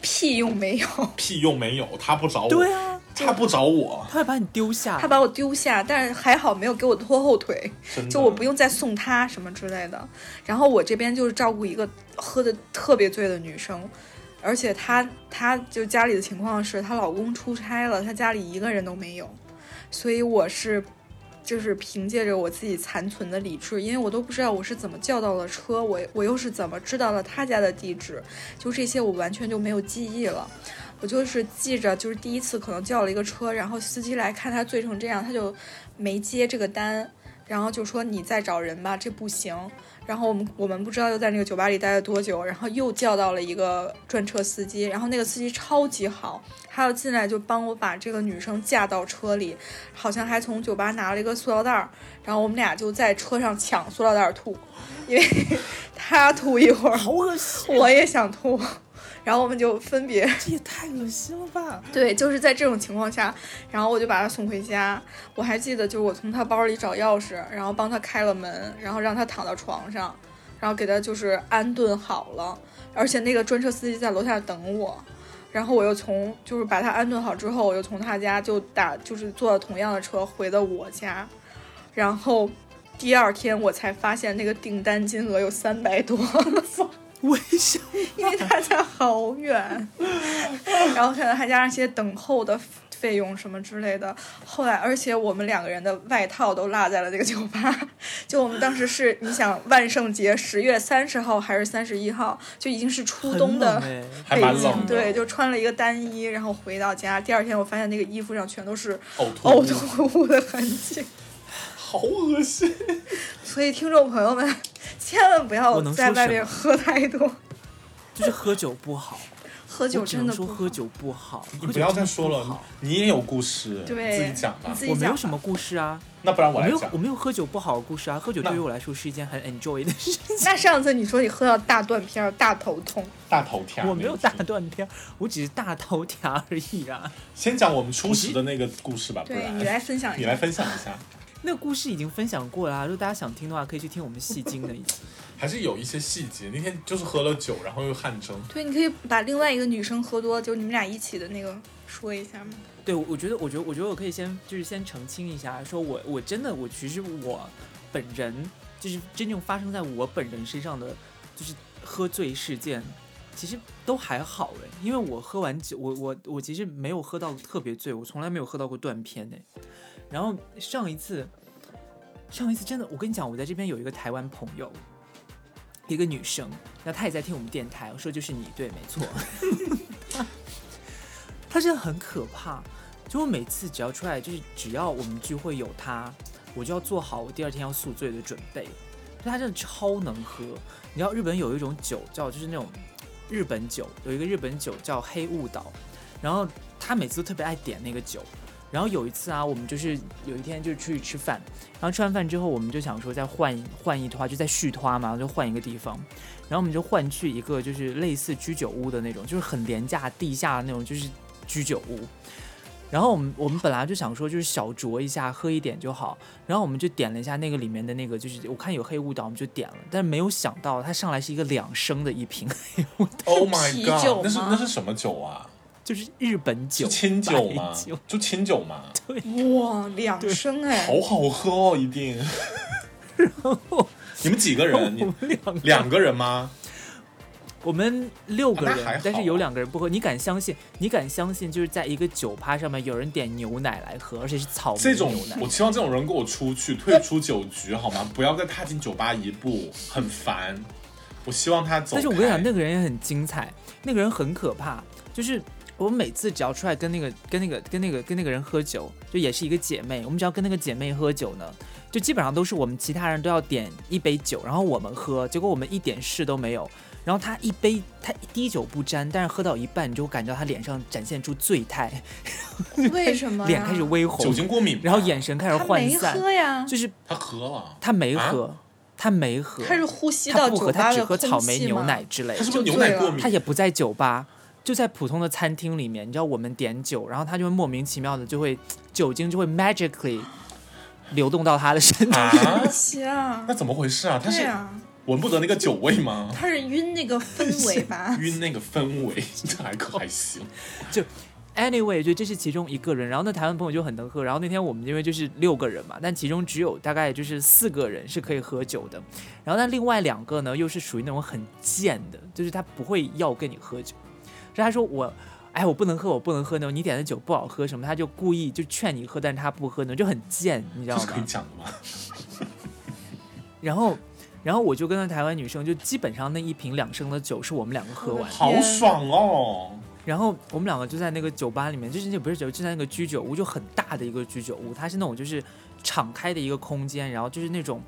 S1: 屁用没有，
S2: 屁用没有，他不找我，
S3: 对啊，
S2: 他不找我，
S3: 他会把你丢下。
S1: 他把我丢下，但是还好没有给我拖后腿，
S2: 真的
S1: 就我不用再送他什么之类的。然后我这边就是照顾一个喝的特别醉的女生，而且她她就家里的情况是她老公出差了，她家里一个人都没有，所以我是。就是凭借着我自己残存的理智，因为我都不知道我是怎么叫到了车，我我又是怎么知道了他家的地址，就这些我完全就没有记忆了。我就是记着，就是第一次可能叫了一个车，然后司机来看他醉成这样，他就没接这个单，然后就说你再找人吧，这不行。然后我们我们不知道又在那个酒吧里待了多久，然后又叫到了一个专车司机，然后那个司机超级好，他要进来就帮我把这个女生架到车里，好像还从酒吧拿了一个塑料袋儿，然后我们俩就在车上抢塑料袋儿吐，因为 (laughs) 他吐一会儿，
S3: 好恶心！
S1: 我也想吐， (laughs) 然后我们就分别
S3: 这也太恶心了
S1: (laughs)
S3: 吧！
S1: 对，就是在这种情况下，然后我就把他送回家。我还记得，就是我从他包里找钥匙，然后帮他开了门，然后让他躺到床上，然后给他就是安顿好了。而且那个专车司机在楼下等我，然后我又从就是把他安顿好之后，我又从他家就打就是坐了同样的车回的我家，然后第二天我才发现那个订单金额有三百多。 (laughs)
S3: 为什么？
S1: 因为他家好远，然后可能还加上一些等候的费用什么之类的。后来，而且我们两个人的外套都落在了这个酒吧。就我们当时是，你想万圣节十月三十号还是三十一号，就已经是初冬的
S3: 很冷欸
S2: 还
S1: 北
S2: 蛮冷
S1: 京，
S2: 的，
S1: 对，就穿了一个单衣，然后回到家，第二天我发现那个衣服上全都
S3: 嗯
S1: 是
S2: 呕吐
S1: 呕吐物的痕迹。
S2: 好恶心。
S1: 所以，听众朋友们，千万不要
S3: 我能说
S1: 在外
S3: 什
S1: 面
S3: 么
S1: 喝太多，
S3: 就是喝酒不好，
S1: 喝酒
S3: 我只
S1: 真
S3: 能
S1: 的
S3: 说
S1: 不
S3: 喝
S1: 好。
S3: 酒不好。
S2: 你
S3: 喝
S2: 不
S3: 酒
S2: 要
S3: 真
S2: 再
S3: 的
S2: 说
S3: 不
S2: 了
S3: 好，
S2: 你也有故事，
S1: 对
S2: 自己讲吧
S1: 你。自己
S3: 我没
S1: 讲
S3: 有
S1: 吧
S3: 什么故事啊，
S2: 那不然
S3: 我
S2: 我来
S3: 没有
S2: 讲
S3: 我。没有喝酒不好的故事啊。喝酒
S2: 那
S3: 对于我来说是一件很 enjoy 的事情。
S1: (laughs) 那上次你说你喝到大断片儿、大头痛，
S2: 大头啊条，
S3: 我没有大。断片，我只是大头条而已啊。 (laughs)
S2: 先讲我们初识的那个故事吧，不
S1: 对
S2: 然
S1: 你来分享一
S2: 你
S1: 下，
S2: 来分享一下。
S3: 那个故事已经分享过啊啦、如果大家想听的话，可以去听我们戏精的一集。
S2: 还是有一些细节。那天就是喝了酒，然后又汗蒸，
S1: 对，你可以把另外一个女生喝多，就是你们俩一起的那个说一
S3: (laughs)
S1: 下吗？
S3: 对，我我觉得，我觉得，我觉得我可以先就是先澄清一下，说我我真的我其实我本人就是真正发生在我本人身上的就是喝醉事件，其实都还好诶，因为我喝完酒，我我我其实没有喝到特别醉，我从来没有喝到过断片诶。然后上一次，上一次真的，我跟你讲，我在这边有一个台湾朋友，一个女生，那她也在听我们电台，我说就是你，对，没错。 (laughs) 她真的很可怕，就我每次只要出来，就是只要我们聚会有她，我就要做好我第二天要宿醉的准备。就她真的超能喝，你知道日本有一种酒叫就是那种日本酒，有一个日本酒叫黑雾岛，然后她每次都特别爱点那个酒。然后有一次啊，我们就是有一天就出去吃饭，然后吃完饭之后，我们就想说再换一换一拖，就再续拖嘛，就换一个地方。然后我们就换去一个就是类似居酒屋的那种，就是很廉价地下那种，就是居酒屋。然后我们我们本来就想说就是小酌一下，喝一点就好。然后我们就点了一下那个里面的那个，就是我看有黑雾岛，我们就点了，但是没有想到它上来是一个两升的一瓶， (laughs)
S2: Oh my
S1: 啤
S2: god！
S1: 酒
S2: 那是
S1: 吗
S2: 那是什么酒啊？
S3: 就是日本酒
S2: 是清酒
S3: 白 (laughs)
S2: 吗 (laughs)
S3: 酒？
S2: 就清酒嘛，
S1: 哇，两升哎，
S2: 好好喝哦，一
S3: (laughs)
S2: 定。你们几个人？你
S3: 两
S2: 两个人吗？
S3: 我们六个
S2: 那还
S3: 人
S2: 好，
S3: 但是有两个人不喝。你敢相信？你敢相信？就是在一个酒趴上面，有人点牛奶来喝，而且是草莓
S2: 这种
S3: 牛奶。
S2: 我希望这种人跟我出去，退出酒局好吗？不要再踏进酒吧一步，很烦。我希望他走开。
S3: 但是我跟你讲，那个人也很精彩，那个人很可怕。就是我每次只要出来跟那个、跟那个、跟那个、跟那个人喝酒，就也是一个姐妹，我们只要跟那个姐妹喝酒呢，就基本上都是我们其他人都要点一杯酒，然后我们喝，结果我们一点事都没有。然后他一杯，他一滴酒不沾，但是喝到一半，你就感觉到他脸上展现出醉态，
S1: 为什么呀？
S3: 脸开始微红，
S2: 酒精过敏吧，
S3: 然后眼神开始
S1: 他
S3: 涣
S1: 没
S3: 散，
S1: 喝呀，
S3: 就是
S2: 他喝了，
S3: 他没喝，
S2: 啊
S3: 他没喝，
S1: 他是呼吸
S3: 他
S1: 到
S3: 不
S1: 酒
S3: 喝，
S1: 吧
S3: 他只
S1: 的
S3: 喝
S1: 空气
S3: 草莓牛
S1: 吗
S3: 奶之类
S2: 他
S3: 的
S2: 是，不是牛奶过敏？
S3: 他也不在酒吧，就在普通的餐厅里面。你知道我们点酒，然后他就会莫名其妙的就会酒精就会 magically 流动到他的身 (laughs) 体。
S2: 啊？
S1: 吸啊
S2: 那，怎么回事啊？他
S1: 对
S2: 是
S1: 啊，
S2: 闻不得那个酒味吗？
S1: 他是 (laughs) 晕那个氛围
S3: (laughs)
S1: 吧？
S2: 晕那个氛围， (laughs) 这还可还行。
S3: Anyway，就这是其中一个人，然后那台湾朋友就很能喝，然后那天我们因为就是六个人嘛，但其中只有大概就是四个人是可以喝酒的，然后但另外两个呢又是属于那种很贱的，就是他不会要跟你喝酒，所以他说我，哎我不能喝，我不能喝那种，你点的酒不好喝什么，他就故意就劝你喝，但是他不喝那种，就很贱，你知道
S2: 这
S3: 吗？
S2: 是可以讲的吗？
S3: 然后，然后我就跟那台湾女生，就基本上那一瓶两升的酒是我们两个喝完的。
S2: 好爽哦！
S3: 然后我们两个就在那个酒吧里面，就是那不是酒，就在那个居酒屋，就很大的一个居酒屋，它是那种就是敞开的一个空间，然后就是那种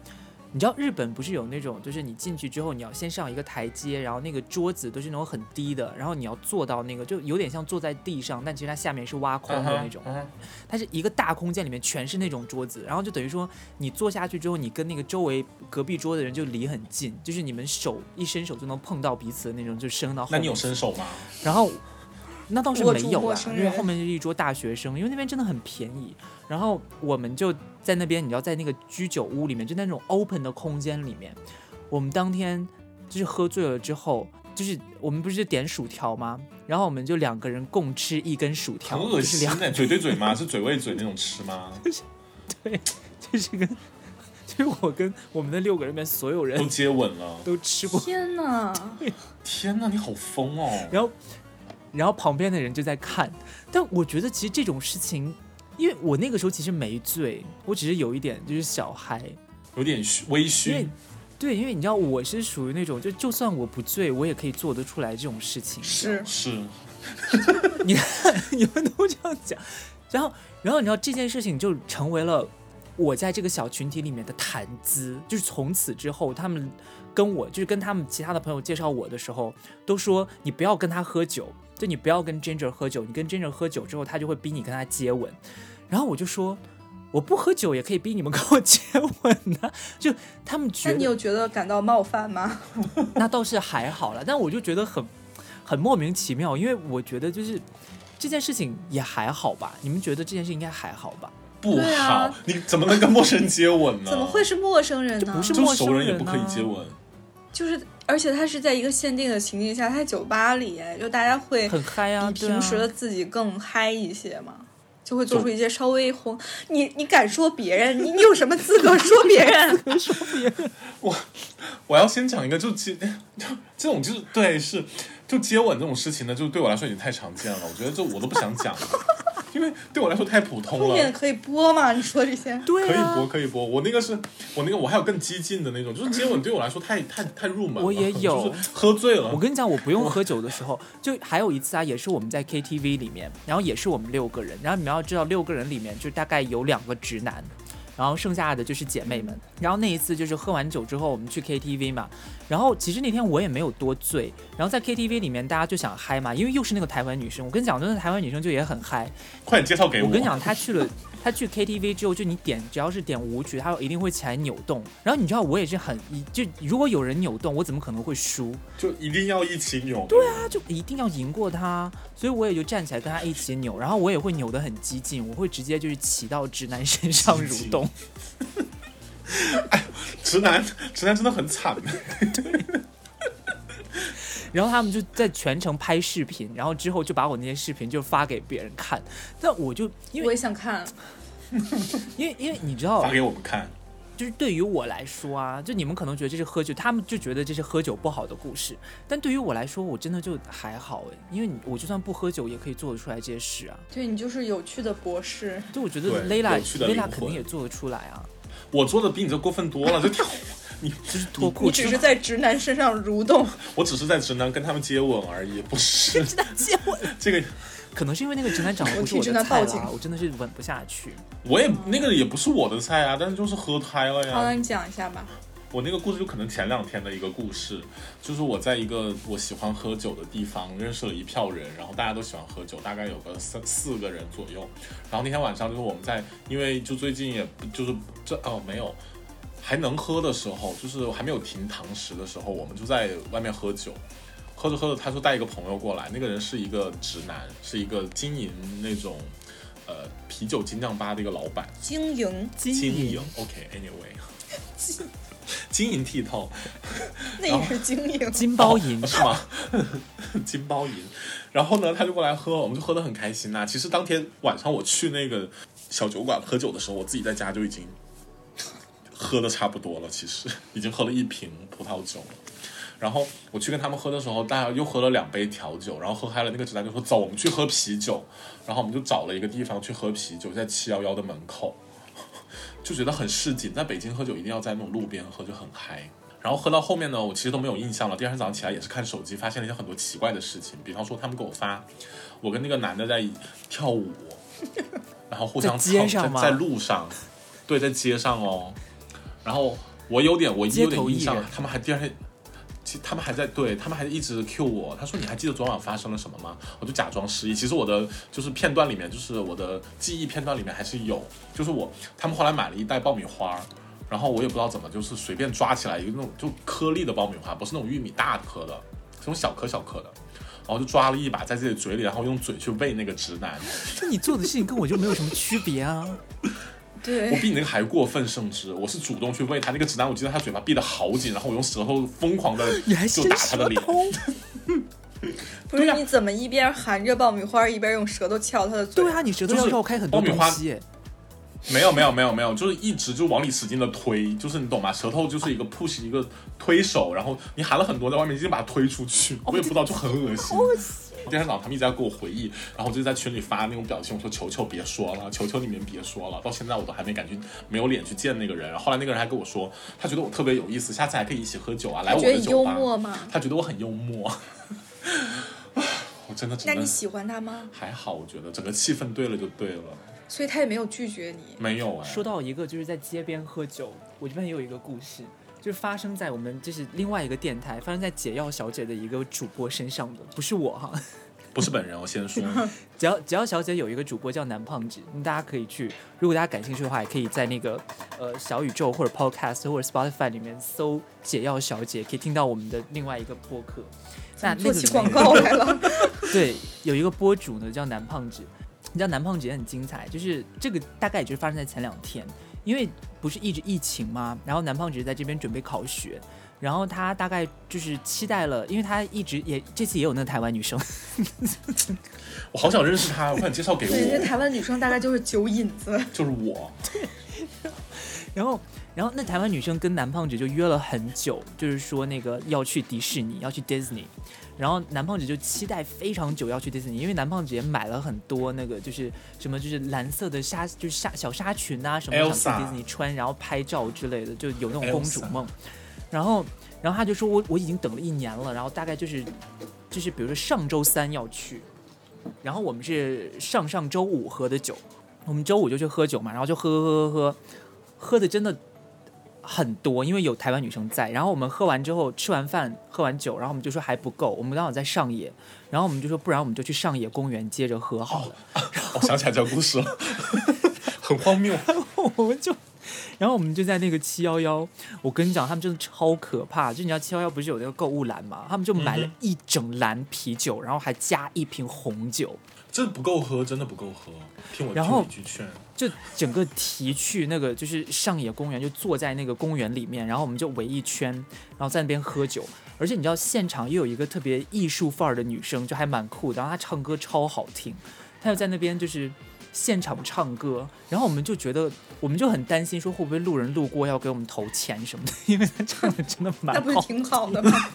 S3: 你知道日本不是有那种，就是你进去之后，你要先上一个台阶，然后那个桌子都是那种很低的，然后你要坐到那个，就有点像坐在地上，但其实它下面是挖空
S2: 嗯
S3: 的那
S2: 哼
S3: 种。
S2: 嗯哼
S3: 它是一个大空间里面全是那种桌子，然后就等于说你坐下去之后，你跟那个周围隔壁桌的人就离很近，就是你们手一伸手就能碰到彼此的那种，就伸到后
S2: 那
S3: 面。
S2: 你有伸手吗？
S3: 然后那倒是
S1: 握
S3: 没
S1: 住
S3: 有
S1: 陌
S3: 啦，
S1: 生
S3: 因为
S1: 人
S3: 后面是一桌大学生，因为那边真的很便宜。然后我们就在那边，你知道，在那个居酒屋里面，就那种 open 的空间里面，我们当天就是喝醉了之后，就是我们不是就点薯条吗？然后我们就两个人共吃一根薯条，
S2: 很恶
S3: 就是
S2: 心啊欸
S3: 两 (laughs)
S2: 的，嘴对嘴吗？是嘴喂嘴那种吃吗？
S3: 就是跟就是我跟我们的六个人里面所有
S2: 都
S3: 人
S2: 接吻了，
S3: 都吃过，
S1: 天哪，
S2: 天哪，你好疯哦！
S3: 然后然后旁边的人就在看，但我觉得其实这种事情，因为我那个时候其实没醉，我只是有一点就是小嗨，
S2: 有点虚微
S3: 因为
S2: 醺，
S3: 对，因为你知道我是属于那种就就算我不醉，我也可以做得出来这种事情，
S1: 是
S2: 是
S3: (laughs) 你们都这样讲，然后然后你知道这件事情就成为了我在这个小群体里面的谈资，就是从此之后他们跟我就是跟他们其他的朋友介绍我的时候，都说你不要跟他喝酒，就你不要跟 Ginger 喝酒，你跟 Ginger 喝酒之后，他就会逼你跟他接吻，然后我就说。我不喝酒也可以逼你们跟我接吻呐、 (laughs) 就他们觉
S1: 那
S3: 得
S1: 你有觉得感到冒犯吗？
S3: 那倒是还好啦，但我就觉得很很莫名其妙，因为我觉得就是这件事情也还好吧。你们觉得这件事应该还好吧？
S2: 不
S1: 对
S2: 好
S1: 啊，
S2: 你怎么能跟陌生人接吻呢？
S1: 怎么会是陌生人呢？
S3: 不是
S2: 就
S3: 陌
S2: 熟
S3: 生
S2: 人也
S3: 人
S2: 不可以接吻？
S1: 就是，而且他是在一个限定的情境下，他在酒吧里，就大家会
S3: 很嗨啊，
S1: 比
S3: 对啊
S1: 哎平时的自己更嗨一些嘛，就会做出一些稍微轰。你你敢说别人？你你有什么资格说别
S3: (laughs) 啊
S1: 人？
S2: 我要先讲一个，就接 (laughs) 就这种就是对是就接吻这种事情呢，就对我来说已经太常见了，我觉得就我都不想讲了，因为对我来说太普通
S1: 后面
S2: 了。
S1: 可以播吗？你说这些？
S3: 对
S2: 可以播，
S3: 啊，
S2: 可以播。我那个是我那个，我还有更激进的那种，就是接吻对我来说太太太入门了。
S3: 我也有
S2: 就是喝醉了。
S3: 我跟你讲，我不用喝酒的时候，就还有一次啊，也是我们在 KTV 里面，然后也是我们六个人，然后你们要知道，六个人里面就大概有两个直男，然后剩下的就是姐妹们。然后那一次就是喝完酒之后，我们去 KTV 嘛，然后其实那天我也没有多醉，然后在 KTV 里面大家就想嗨嘛，因为又是那个台湾女生，我跟你讲，真的台湾女生就也很嗨。
S2: 快点介绍给
S3: 我跟你讲，她去了，她去 KTV 之后，就你点只要是点舞曲，她一定会起来扭动。然后你知道我也是很，就如果有人扭动，我怎么可能会输？
S2: 就一定要一起扭。对啊，
S3: 就一定要赢过他，所以我也就站起来跟他一起扭，然后我也会扭得很激进，我会直接就是骑到直男身上蠕动。
S2: 直男直男真的很惨。
S3: 然后他们就在全程拍视频，然后之后就把我那些视频就发给别人看。但我就因
S1: 我
S3: 为
S1: 也想看，
S3: 因为因为你知道
S2: 发，给我们看，
S3: 就是对于我来说啊，就你们可能觉得这是喝酒，他们就觉得这是喝酒不好的故事，但对于我来说，我真的就还好诶，因为你我就算不喝酒也可以做得出来这些事啊。
S1: 对你就是有趣的博士。
S3: 就我觉得
S2: 对
S3: Lela
S2: 有趣的
S3: Lela
S2: 灵
S3: 肯定
S2: 魂
S3: 也做得出来啊，
S2: 我做的比你这过分多了。就 (laughs) 你
S3: 就是脱
S1: 你
S3: 裤子
S1: 只是在直男身上蠕
S3: (laughs)
S1: 动，
S2: 我只是在直男跟他们接吻而已，不是
S3: 直男接吻。
S2: 这个。
S3: 可能是因为那个直男长得
S1: 我
S3: 不是
S1: 替
S3: 我
S1: 直
S3: 的
S1: 男
S3: 菜
S1: 报
S3: 啦，
S1: 警
S3: 我真的是吻不下去。
S2: 我也那个也不是我的菜啊，但是就是喝嗨了
S1: 好，那
S2: 呀。
S1: 你讲一下吧。
S2: 我那个故事就可能前两天的一个故事，就是我在一个我喜欢喝酒的地方认识了一票人，然后大家都喜欢喝酒，大概有个三四个人左右。然后那天晚上就是我们在，因为就最近也不就是这哦没有，还能喝的时候，就是还没有停堂食的时候，我们就在外面喝酒。喝着喝着，他说带一个朋友过来，那个人是一个直男，是一个经营那种呃啤酒精酿吧的一个老板。
S1: 经营
S2: 经营。OK，anyway，、晶莹剔透
S1: 那也是经营，
S3: 金包银， (laughs)
S2: 是吗？ (laughs) 金包银。然后呢，他就过来喝，我们就喝得很开心呐、其实当天晚上我去那个小酒馆喝酒的时候，我自己在家就已经喝的差不多了，其实已经喝了一瓶葡萄酒了。然后我去跟他们喝的时候，大家又喝了两杯调酒，然后喝嗨了。那个直男就说：“走，我们去喝啤酒。”然后我们就找了一个地方去喝啤酒，在七幺幺的门口， (laughs) 就觉得很市井。在北京喝酒一定要在那种路边喝，就很嗨。然后喝到后面呢，我其实都没有印象了。第二天早上起来也是看手机，发现了一些很多奇怪的事情，比方说他们给我发，我跟那个男的在跳舞，然后互相
S3: 在街
S2: 蹭
S3: 上吗
S2: 在在路上，对，在街上哦。然后我有点，我
S3: 街
S2: 有点
S3: 头
S2: 印
S3: 艺
S2: 象
S3: 人，
S2: 他们还第二天，其实他们还在对，他们还一直 Q 我，他说你还记得昨晚发生了什么吗？我就假装失忆。其实我的就是片段里面，就是我的记忆片段里面还是有，就是我他们后来买了一袋爆米花儿。然后我也不知道怎么，就是随便抓起来一个那种就颗粒的爆米花，不是那种玉米大颗的，这种小颗小颗的，然后就抓了一把在自己的嘴里，然后用嘴去喂那个直男，
S3: 这你做的事情跟我就没有什么区别啊。
S2: 我
S1: 对，
S2: 比你那个还过分，甚至我是主动去喂他那个直男，我记得他嘴巴闭得好紧，然后我用舌头疯狂的
S3: 你还
S2: 就
S3: 伸
S2: 打他
S3: 舌
S2: 的脸，
S3: 头？
S1: 不是
S3: 啊
S2: 对呀
S1: 你怎么一边含着爆米花一边用舌头撬他的嘴？
S3: (laughs) 对啊，你舌头
S2: 就
S3: 要
S2: 是
S3: 绕开很多
S2: 爆米
S3: 东
S2: 花
S3: 西耶。
S2: 没有没有没有没有，就是一直就往里使劲的推，就是你懂吗？舌头就是一个 push 一个推手，然后你喊了很多在外面，已经把它推出去， (laughs) 我也不知道，就很恶心。第二天早上他们一直在给我回忆，然后我就在群里发那种表情，我说求求别说了，求求你们别说了。到现在我都还没敢去，没有脸去见那个人。然后后来那个人还跟我说，他觉得我特别有意思，下次还可以一起喝酒啊，来
S1: 他
S2: 我
S1: 觉得
S2: 的
S1: 你
S2: 酒
S1: 幽
S2: 吧。
S1: 默吗？
S2: 他觉得我很幽默。 (laughs) 我真的
S1: 那
S2: 真
S1: 你
S2: 的
S1: 喜欢他吗？
S2: 还好，我觉得整个气氛对了就对了，
S1: 所以他也没有拒绝你。
S3: 嗯
S2: 没有哎。
S3: 说到一个就是在街边喝酒，我这边也有一个故事，就是发生在我们就是另外一个电台，发生在解药小姐的一个主播身上的，不是我哈。
S2: 不是本人，我先说，
S3: 只要只要小姐有一个主播叫男胖子，嗯大家可以去，如果大家感兴趣的话，也可以在那个呃小宇宙或者 Podcast 或者 Spotify 里面搜“解药小姐”，可以听到我们的另外一个播客。那
S1: 做
S3: 那个
S1: 起
S3: 里面
S1: 广告来了，
S3: (laughs) 对，有一个播主呢叫男胖子，你知道男胖子也很精彩，就是这个大概也就是发生在前两天，因为不是一直疫情嘛，然后男胖子在这边准备考学，然后他大概就是期待了，因为他一直也这次也有那个台湾女生，
S2: 我好想认识他，我想介绍给
S1: 对，这
S2: 我，
S1: 台湾女生大概就是酒瘾子，
S2: 就是我，
S3: 然后，然后那台湾女生跟男胖子就约了很久，就是说那个要去迪士尼，要去 Disney。然后男胖子就期待非常久要去迪士尼，因为男胖子也买了很多那个就是什么就是蓝色的纱，就是纱小纱裙啊什么，想
S2: Elsa
S3: 去迪士尼穿，然后拍照之类的，就有那种公主
S2: Elsa
S3: 梦。然后，然后他就说我我已经等了一年了，然后大概就是就是比如说上周三要去，然后我们是上上周五喝的酒，我们周五就去喝酒嘛，然后就喝喝喝喝喝，喝的真的很多，因为有台湾女生在。然后我们喝完之后，吃完饭喝完酒，然后我们就说还不够，我们刚好在上野，然后我们就说不然我们就去上野公园接着喝好了。
S2: 我哦想起来这个故事了， (laughs) 很荒谬。
S3: 我们就，然后我们就在那个七幺幺，我跟你讲，他们真的超可怕。就你知道七幺幺不是有那个购物篮嘛，他们就买了一整篮啤酒，然后还加一瓶红酒，
S2: 真不够喝，真的不够喝，听我
S3: 然后
S2: 听你去劝，
S3: 就整个提去那个就是上野公园，就坐在那个公园里面，然后我们就围一圈，然后在那边喝酒。而且你知道，现场又有一个特别艺术范儿的女生，就还蛮酷的，然后她唱歌超好听，她就在那边就是现场唱歌，然后我们就觉得，我们就很担心说会不会路人路过要给我们投钱什么的，因为她唱的真的
S1: (laughs)
S3: 蛮
S1: 那
S3: 好
S1: 不是挺好的吗？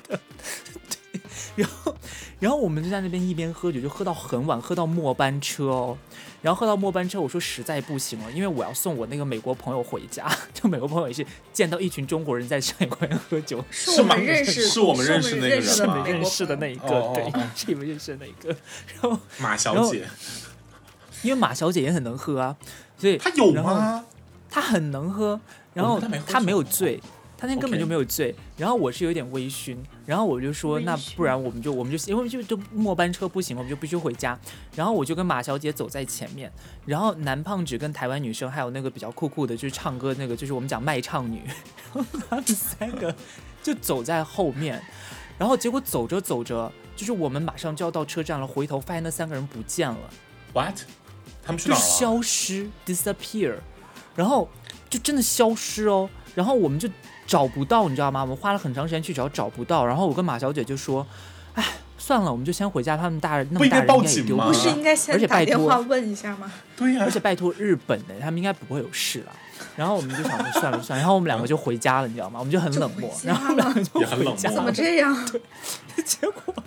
S3: 然后，然后我们就在那边一边喝酒，就喝到很晚，喝到末班车哦。然后喝到末班车，我说实在不行了，哦因为我要送我那个美国朋友回家。 (laughs) 就美国朋友也是见到一群中国人在上海公园喝酒，
S1: 是
S2: 是
S1: 我
S2: 吗
S1: 们认识，
S2: 是我们
S1: 认
S2: 认识那个人
S1: 识的
S2: 吗
S1: 美国
S3: 认
S1: 朋
S3: 识的那一个，
S2: 哦哦
S3: 对
S2: 哦，
S3: 是你们认识的那一个。然后，
S2: 马小姐，
S3: 因为马小姐也很能喝啊，所以
S2: 她有
S3: 然后
S2: 吗？
S3: 她很能喝，然
S2: 我
S3: 后
S2: 们哦都没喝
S3: 她没有
S2: 酒
S3: 醉，她那天根本
S2: OK
S3: 就没有醉。然后我是有点微醺，然后我就说，
S1: 微
S3: 那
S1: 醺
S3: 不然我们就我们就因为就就末班车不行，我们就必须回家。然后我就跟马小姐走在前面，然后男胖子跟台湾女生还有那个比较酷酷的，就是唱歌那个，就是我们讲卖唱女， (laughs) 然后他们三个就走在后面。然后结果走着走着，就是我们马上就要到车站了，回头发现那三个人不见了。
S2: ，what？他们去
S3: 就
S2: 哪
S3: 是
S2: 儿了？
S3: 消失 disappear，然后就真的消失哦，然后我们就找不到，你知道吗？我们花了很长时间去找，找不到。然后我跟马小姐就说：“哎，算了，我们就先回家。他们大人那
S2: 不
S3: 么
S2: 应
S3: 大
S2: 该
S3: 人应
S2: 报
S3: 该也
S2: 警
S3: 丢
S2: 吗
S1: 不
S3: 不
S1: 是
S3: 起
S1: 应该先
S3: 而且
S1: 打
S3: 拜
S1: 电
S3: 托
S1: 话问一下吗？
S2: 对呀
S3: 而，且拜托日本的，他们应该不会有事了。”然后我们就想说算了算了，然后我们两个就回家了，你知道吗？我们就很冷漠
S1: 就回，家
S3: 然后我们两个就
S2: 也很冷
S3: 回家
S2: 漠
S1: 怎
S2: 啊
S1: 么
S3: 了。
S1: 这样？
S3: 结果，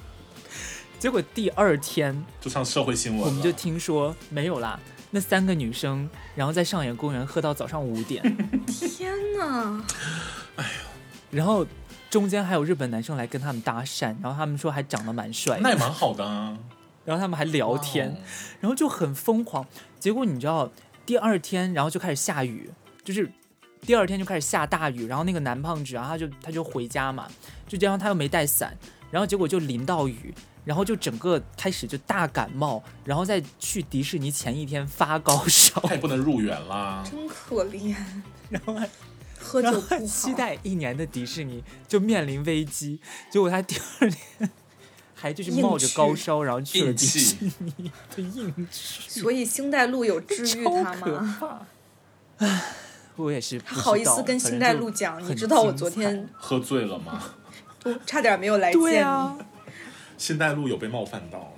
S3: 结果第二天
S2: 就上社会新
S3: 我
S2: 闻
S3: 们就
S2: 了。
S3: 听说没有啦，那三个女生，然后在上野公园喝到早上五点，
S1: (laughs) 天哪！
S3: 然后中间还有日本男生来跟他们搭讪，然后他们说还长得蛮帅的，
S2: 那也蛮好的啊，
S3: 然后他们还聊天，
S2: 哇哦
S3: 然后就很疯狂。结果你知道，第二天然后就开始下雨，就是第二天就开始下大雨，然后那个男胖子，然后他就他就回家嘛，就这样他又没带伞，然后结果就淋到雨，然后就整个开始就大感冒，然后在去迪士尼前一天发高烧，
S2: 他也不能入园啦。
S1: 真可怜，
S3: 然后还
S1: 喝
S3: 然
S1: 酒
S3: 后
S1: 不
S3: 还
S1: 好。
S3: 期待一年的迪士尼就面临危机，结果他第二天还就是冒着高烧，然后去了
S2: 硬
S3: 迪士
S2: 气，
S3: 尼的硬气，
S1: 所以星黛露有治愈
S3: 超
S1: 他
S3: 可
S1: 吗？
S3: 怕。唉，我也是不
S1: 他
S3: 知道，
S1: 好意思跟
S3: 反
S1: 星
S3: 正
S1: 黛
S3: 就
S1: 露讲，你
S3: 很
S1: 知道我
S3: 精
S1: 昨天
S2: 喝醉了吗？
S1: 都差点没有来见你。
S3: 对啊，
S2: 信代路有被冒犯到。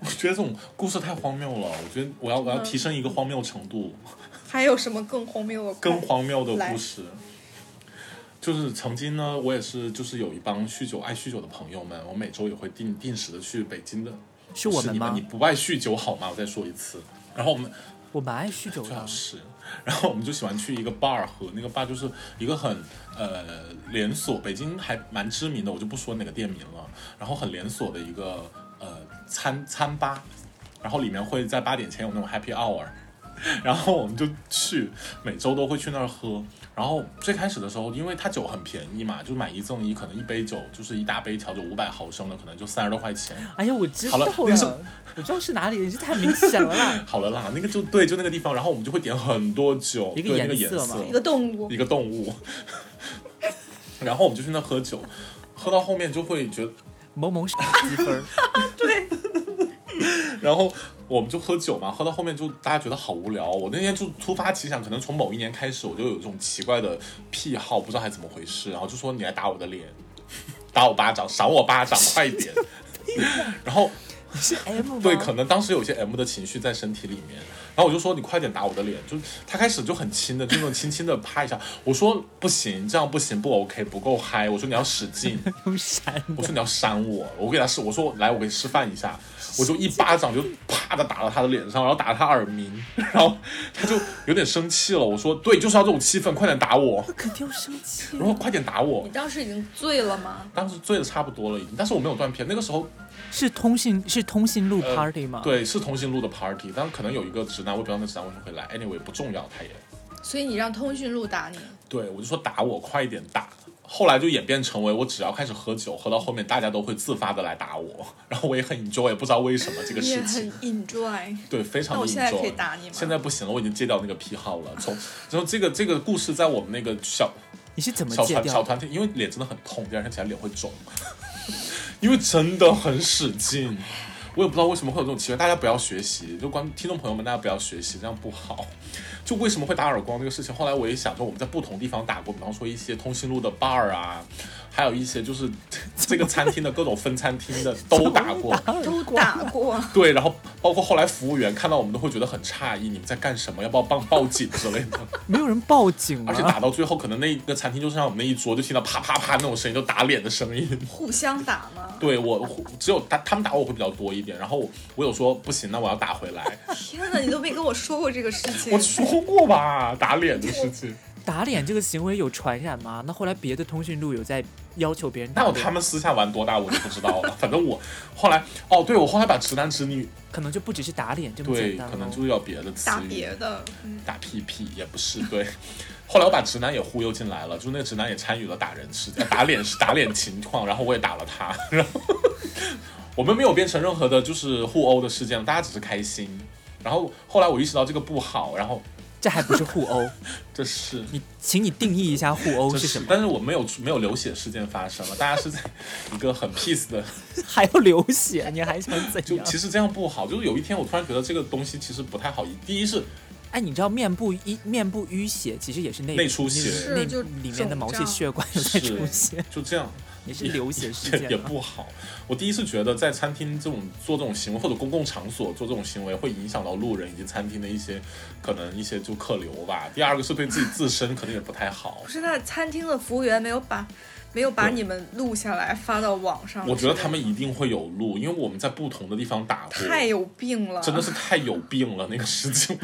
S2: 我觉得这种故事太荒谬了，我觉得我要
S3: 嗯
S2: 我要提升一个荒谬程度，
S1: 还有什么更荒谬的？
S2: 更荒谬的故事。就是曾经呢，我也是就是有一帮酗酒爱酗酒的朋友们，我每周也会定定时的去北京的。
S3: 是我
S2: 是
S3: 们
S2: 你
S3: 吗？
S2: 你不爱酗酒好吗？我再说一次。然后我们
S3: 我蛮爱酗酒
S2: 最好
S3: 的，
S2: 是，然后我们就喜欢去一个 bar 喝，那个 bar 就是一个很呃连锁，北京还蛮知名的，我就不说哪个店名了，然后很连锁的一个呃餐餐吧，然后里面会在八点前有那种 happy hour。然 (laughs) 后我们就去，每周都会去那儿喝。然后最开始的时候，因为它酒很便宜嘛，就买一赠一，可能一杯酒就是一大杯调酒五百毫升的，可能就三十多块钱。
S3: 哎呀，我知道
S2: 好了那个是
S3: 我知道是哪里，你这太明显了啦
S2: 好了啦，那个就对，就那个地方。然后我们就会点很多酒，
S3: 一个
S2: 对那个
S3: 颜
S2: 颜
S3: 色嘛
S2: 色
S1: 一个动物
S2: 一，个动物。 (laughs) 然后我们就去那喝酒，喝到后面就会觉得，
S3: 萌萌是积分儿，
S2: 然后我们就喝酒嘛，喝到后面就大家觉得好无聊。我那天就突发奇想，可能从某一年开始我就有一种奇怪的癖好，不知道还怎么回事，然后就说你来打我的脸， (laughs) 打我巴掌，赏我巴掌，快一点。 (laughs) 然后
S3: 你是 M 吗？
S2: 对，可能当时有些 M 的情绪在身体里面，然后我就说你快点打我的脸，就他开始就很轻的，就那种轻轻的拍一下，我说不行，这样不行，不 OK，不够嗨，我说你要使劲，
S3: 用闪
S2: 我说你要扇我，我给他示，我说来，我给你示范一下，我就一巴掌就啪的打到他的脸上，然后打到他耳鸣，然后他就有点生气了，我说对，就是要这种气氛，快点打我，
S3: 肯定要生气
S2: 我。说快点打我
S1: 你，当时已经醉了吗？
S2: 当时醉的差不多了已经，但是我没有断片，那个时候
S3: 是通信是通信录
S2: 呃
S3: party 吗？，
S2: 对，是同行路的 party，但可能有一个直男，我也不知道那直男为什么会来，anyway 不重要，他也
S1: 所以你让通讯录打你，
S2: 对我就说打我，快一点打。后来就演变成为我只要开始喝酒，喝到后面大家都会自发的来打我，然后我也很 enjoy，也不知道为什么这个
S1: 你也
S2: 事情
S1: 很。enjoy。
S2: 对，非常
S1: 那
S2: 的
S1: 我
S2: enjoy。
S1: 现在可以打你吗
S2: 现在不行了，我已经戒掉那个癖好了。从然后这个这个故事在我们那个小
S3: 你是怎么
S2: 小
S3: 戒
S2: 团小
S3: 掉的？
S2: 团体，因为脸真的很痛，第二天起来脸会肿， (laughs) 因为真的很使劲。我也不知道为什么会有这种奇怪，大家不要学习，就观听众朋友们，大家不要学习，这样不好。就为什么会打耳光这个事情，后来我也想说，我们在不同地方打过，比方说一些通讯录的 bar 啊，还有一些就是 (laughs) 这个餐厅的各种分餐厅的都打过，
S1: (laughs) 都打 (laughs) 过，
S2: 对，然后包括后来服务员看到我们都会觉得很诧异，你们在干什么？要不要帮报警之类的？
S3: 没有人报警吗
S2: 而且？打到最后，可能那个餐厅就像我们那一桌，就听到啪啪啪那种声音，就打脸的声音。
S1: 互相打吗？
S2: 对我只有他他们打我会比较多一点，然后我有说不行，那我要打回来。
S1: 天哪，你都没跟我说过这个事情
S2: 哎我。说过吧，打脸的事情。
S3: 打脸这个行为有传染吗？那后来别的通讯录有在要求别人打
S2: 那我
S3: 脸，
S2: 他们私下玩多大我就不知道了。反正我后来哦，对我后来把直男直女
S3: 可能就不只是打脸这么简
S2: 对，
S3: 单
S2: 可能
S3: 了。
S2: 就是要别的词
S1: 打
S2: 语
S1: 别的，嗯
S2: 打屁屁也不是对。后来我把直男也忽悠进来了，就那个直男也参与了打人事、呃打脸事、打脸情况，然后我也打了他，然后我们没有变成任何的就是互殴的事件，大家只是开心。然后后来我意识到这个不好，然后
S3: 这还不是互殴， (laughs)
S2: 这是
S3: 你请你定义一下互
S2: 这
S3: 殴是什么？
S2: 但是我没有没有流血事件发生了，大家是在一个很 peace
S3: (laughs)
S2: 的，
S3: 还要流血，你还想怎
S2: 就
S3: 样？
S2: 其实这样不好。就是有一天我突然觉得这个东西其实不太好，第一是
S3: 哎，你知道面部淤面部淤血其实也是内
S2: 内出血
S3: 内
S1: 是就
S3: 里面的毛细
S1: 肿胀
S3: 血管有在出血，
S2: 就这样，
S3: 也是流血事
S2: 也也
S3: 件嘛。啊
S2: 不好。我第一次觉得在餐厅这种做这种行为，或者公共场所做这种行为，会影响到路人以及餐厅的一些可能一些就客流吧。第二个是对自己自身可能也不太好
S1: 不。是那餐厅的服务员没有把没有把
S2: 对
S1: 你们录下来发到网上？
S2: 我觉得他们一定会有路，因为我们在不同的地方打过，
S1: 太有病了，
S2: 真的是太有病了那个事情。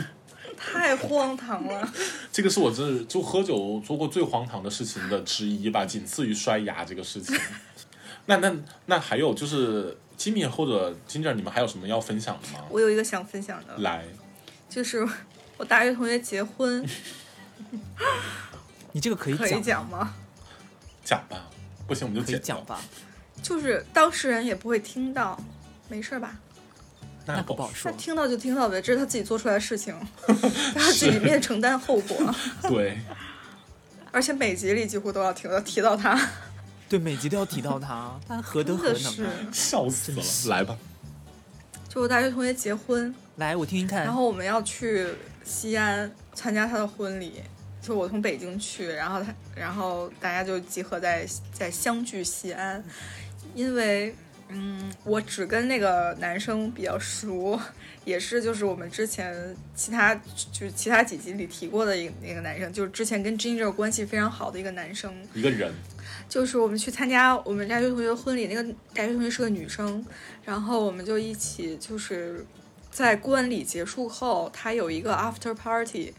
S1: 太荒唐了。
S2: (laughs)
S1: (laughs)
S2: 这个是我真是就喝酒做过最荒唐的事情的之一吧，仅次于摔牙这个事情。 (laughs) 那那那还有就是，Jimmy 或者 Ginger，你们还有什么要分享的吗？
S1: 我有一个想分
S2: 嗯
S1: 享的，
S2: 来，
S1: 就是我大学同学结婚，
S3: 你这个可以
S1: 可以
S3: 讲
S1: 讲
S3: 吗
S1: 吗？
S2: 讲吧，不行我们就
S3: 可以
S2: 剪
S3: 讲
S2: 掉。
S3: 吧？
S1: 就是当事人也不会听到，没事儿吧？
S2: 那
S3: 可不好
S1: 他
S2: 说。
S3: 说。
S1: 听到就听到呗，这是他自己做出来的事
S2: (laughs)
S1: 情，他自己面承担后果。 (laughs)
S2: 对，
S1: 而且每集里几乎都要提到提到他，
S3: 对，每集都要提到他，他何德
S1: 真
S3: 何
S1: 的
S3: 能
S1: 是
S3: 啊？。
S2: 笑死了
S3: 真。是
S2: 来吧，
S1: 就我大学同学结婚，
S3: 来，我听听看。
S1: 然后我们要去西安参加他的婚礼，就我从北京去，然后他，然后大家就集合在在相聚西安，因为嗯，我只跟那个男生比较熟， (laughs) 也是就是我们之前其他就是其他几集里提过的一个那个男生，就是之前跟 Ginger 关系非常好的一个男生，
S2: 一个人，
S1: 就是我们去参加我们大学同学婚礼，那个大学同学是个女生，然后我们就一起就是在观礼结束后，她有一个 after party，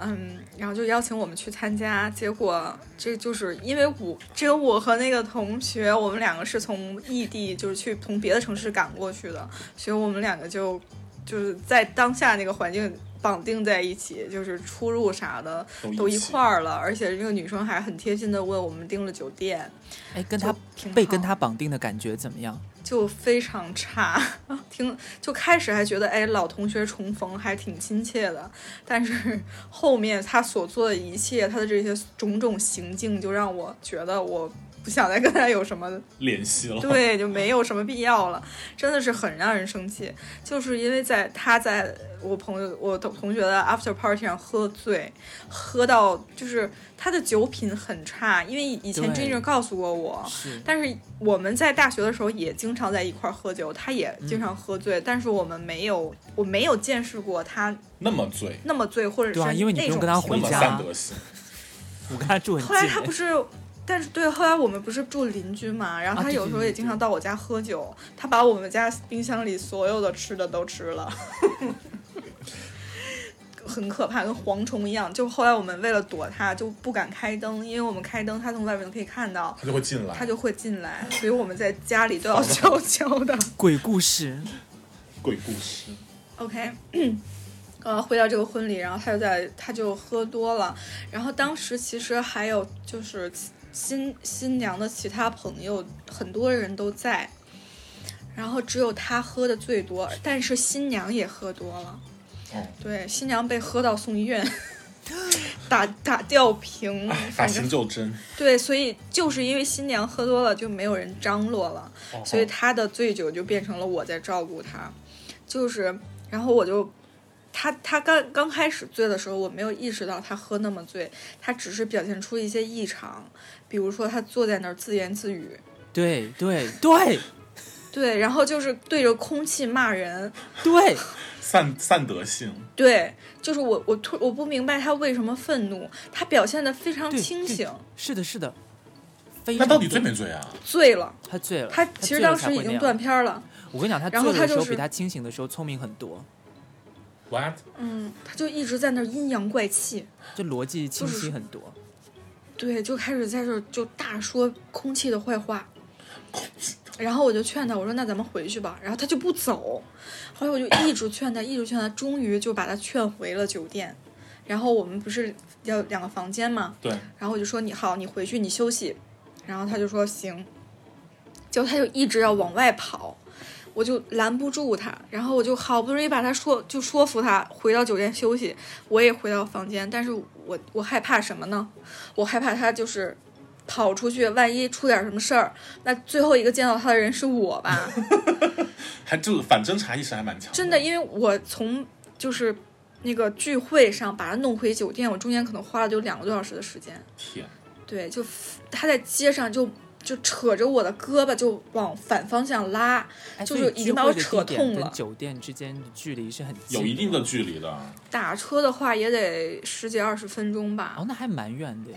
S1: 嗯，然后就邀请我们去参加，结果这就是因为我只有我和那个同学，我们两个是从异地就是去从别的城市赶过去的，所以我们两个就就是在当下那个环境绑定在一起，就是出入啥的，都
S2: 都
S1: 一
S2: 起
S1: 块儿了，而且这个女生还很贴心的问我们订了酒店，
S3: 哎，跟
S1: 就
S3: 他
S1: 挺
S3: 被跟
S1: 好
S3: 他绑定的感觉怎么样？
S1: 就非常差， (laughs) 听就开始还觉得哎老同学重逢还挺亲切的，但是后面他所做的一切，他的这些种种行径，就让我觉得我不想再跟他有什么
S2: 联系
S3: (laughs)
S2: 了。
S1: 对，就没有什么必要了，真的是很让人生气。就是因为在他在我朋友我同同学的 after party 上喝醉，喝到就是他的酒品很差，因为以前
S3: 对
S1: Ginger 告诉过我。
S3: 是
S1: 但是我们在大学的时候也经常在一块儿喝酒，他也经
S3: 嗯
S1: 常喝醉，但是我们没有，我没有见识过他
S2: 那么醉，
S1: 那么醉，或者是
S3: 对啊因为你
S1: 那
S3: 不
S1: 种
S3: 用跟他
S1: 情
S2: 那
S3: 回
S2: 么
S1: 况
S3: 家
S2: 散德性，
S3: 我跟他住很
S1: 后来他不
S3: 近，哎
S1: 是， (laughs) 但是对，后来我们不是住邻居嘛，然后
S3: 啊
S1: 他
S3: 对
S1: 有时候也经常到我家喝酒，他把我们家冰箱里所有的吃的都吃了。 (laughs) 很可怕，跟蝗虫一样。就后来我们为了躲他，就不敢开灯，因为我们开灯，他从外面可以看到，
S2: 他就会进来。
S1: 他就会进来。所以我们在家里都要悄悄的。
S3: 鬼故事，
S2: 鬼故事，
S1: OK，呃，回到这个婚礼，然后他就在他就喝多了，然后当时其实还有就是新新娘的其他朋友，很多人都在，然后只有他喝的最多，但是新娘也喝多了，
S2: 哦，
S1: 对，新娘被喝到送医院。 (laughs) 打打吊瓶，
S2: 哎打
S1: 反正
S2: 行就真。
S1: 对，所以就是因为新娘喝多了，就没有人张罗了，
S2: 哦
S1: 所以他的醉酒就变成了我在照顾他，就是，然后我就，他他刚刚开始醉的时候，我没有意识到他喝那么醉，他只是表现出一些异常，比如说他坐在那儿自言自语，
S3: 对对对
S1: 对，然后就是对着空气骂人，
S3: 对，
S2: 散散德性，
S1: 对，就是我我突我不明白他为什么愤怒，他表现的非常
S3: 对
S1: 清
S3: 对
S1: 醒，
S3: 是的，是的，非
S2: 那
S3: 常
S2: 到底
S3: 对
S2: 醉没醉啊？
S1: 醉了，
S3: 他醉了？
S1: 他
S3: 他
S1: 其实
S3: 醉了
S1: 当
S3: 才
S1: 时已
S3: 会那
S1: 经
S3: 样
S1: 断片儿了，
S3: 我跟你讲，他
S1: 然后
S3: 醉
S1: 他
S3: 的时
S1: 就
S3: 候比
S1: 是
S3: 他清醒的时候聪明很多，
S2: What？
S1: 嗯，他就一直在那儿阴阳怪气。
S3: 就逻辑清
S1: 就是
S3: 晰很多。
S1: 对，就开始在这儿就大说空气的坏话。然后我就劝他，我说那咱们回去吧。然后他就不走，后来我就一直劝他，一直劝他，终于就把他劝回了酒店。然后我们不是要两个房间嘛，
S2: 对，
S1: 然后我就说你好，你回去你休息。然后他就说行，结果他就一直要往外跑，我就拦不住他，然后我就好不容易把他说就说服他回到酒店休息，我也回到房间，但是我我害怕什么呢？我害怕他就是。跑出去，万一出点什么事儿，那最后一个见到他的人是我吧？
S2: 还就反侦查意识还蛮强。
S1: 真的，，因为我从就是那个聚会上把他弄回酒店，我中间可能花了就两个多小时的时间。
S2: 天，
S1: 对，就他在街上就就扯着我的胳膊就往反方向拉，
S3: 哎
S1: 就
S3: 所以
S1: 是已
S3: 聚
S1: 经把
S3: 会
S1: 我
S3: 的
S1: 扯
S3: 地点
S1: 痛
S3: 跟
S1: 了
S3: 酒店之间的距离是很近
S2: 有一定的距离的。
S1: 打车的话也得十几二十分钟吧
S3: 哦，，那还蛮远
S1: (laughs)
S3: 的耶。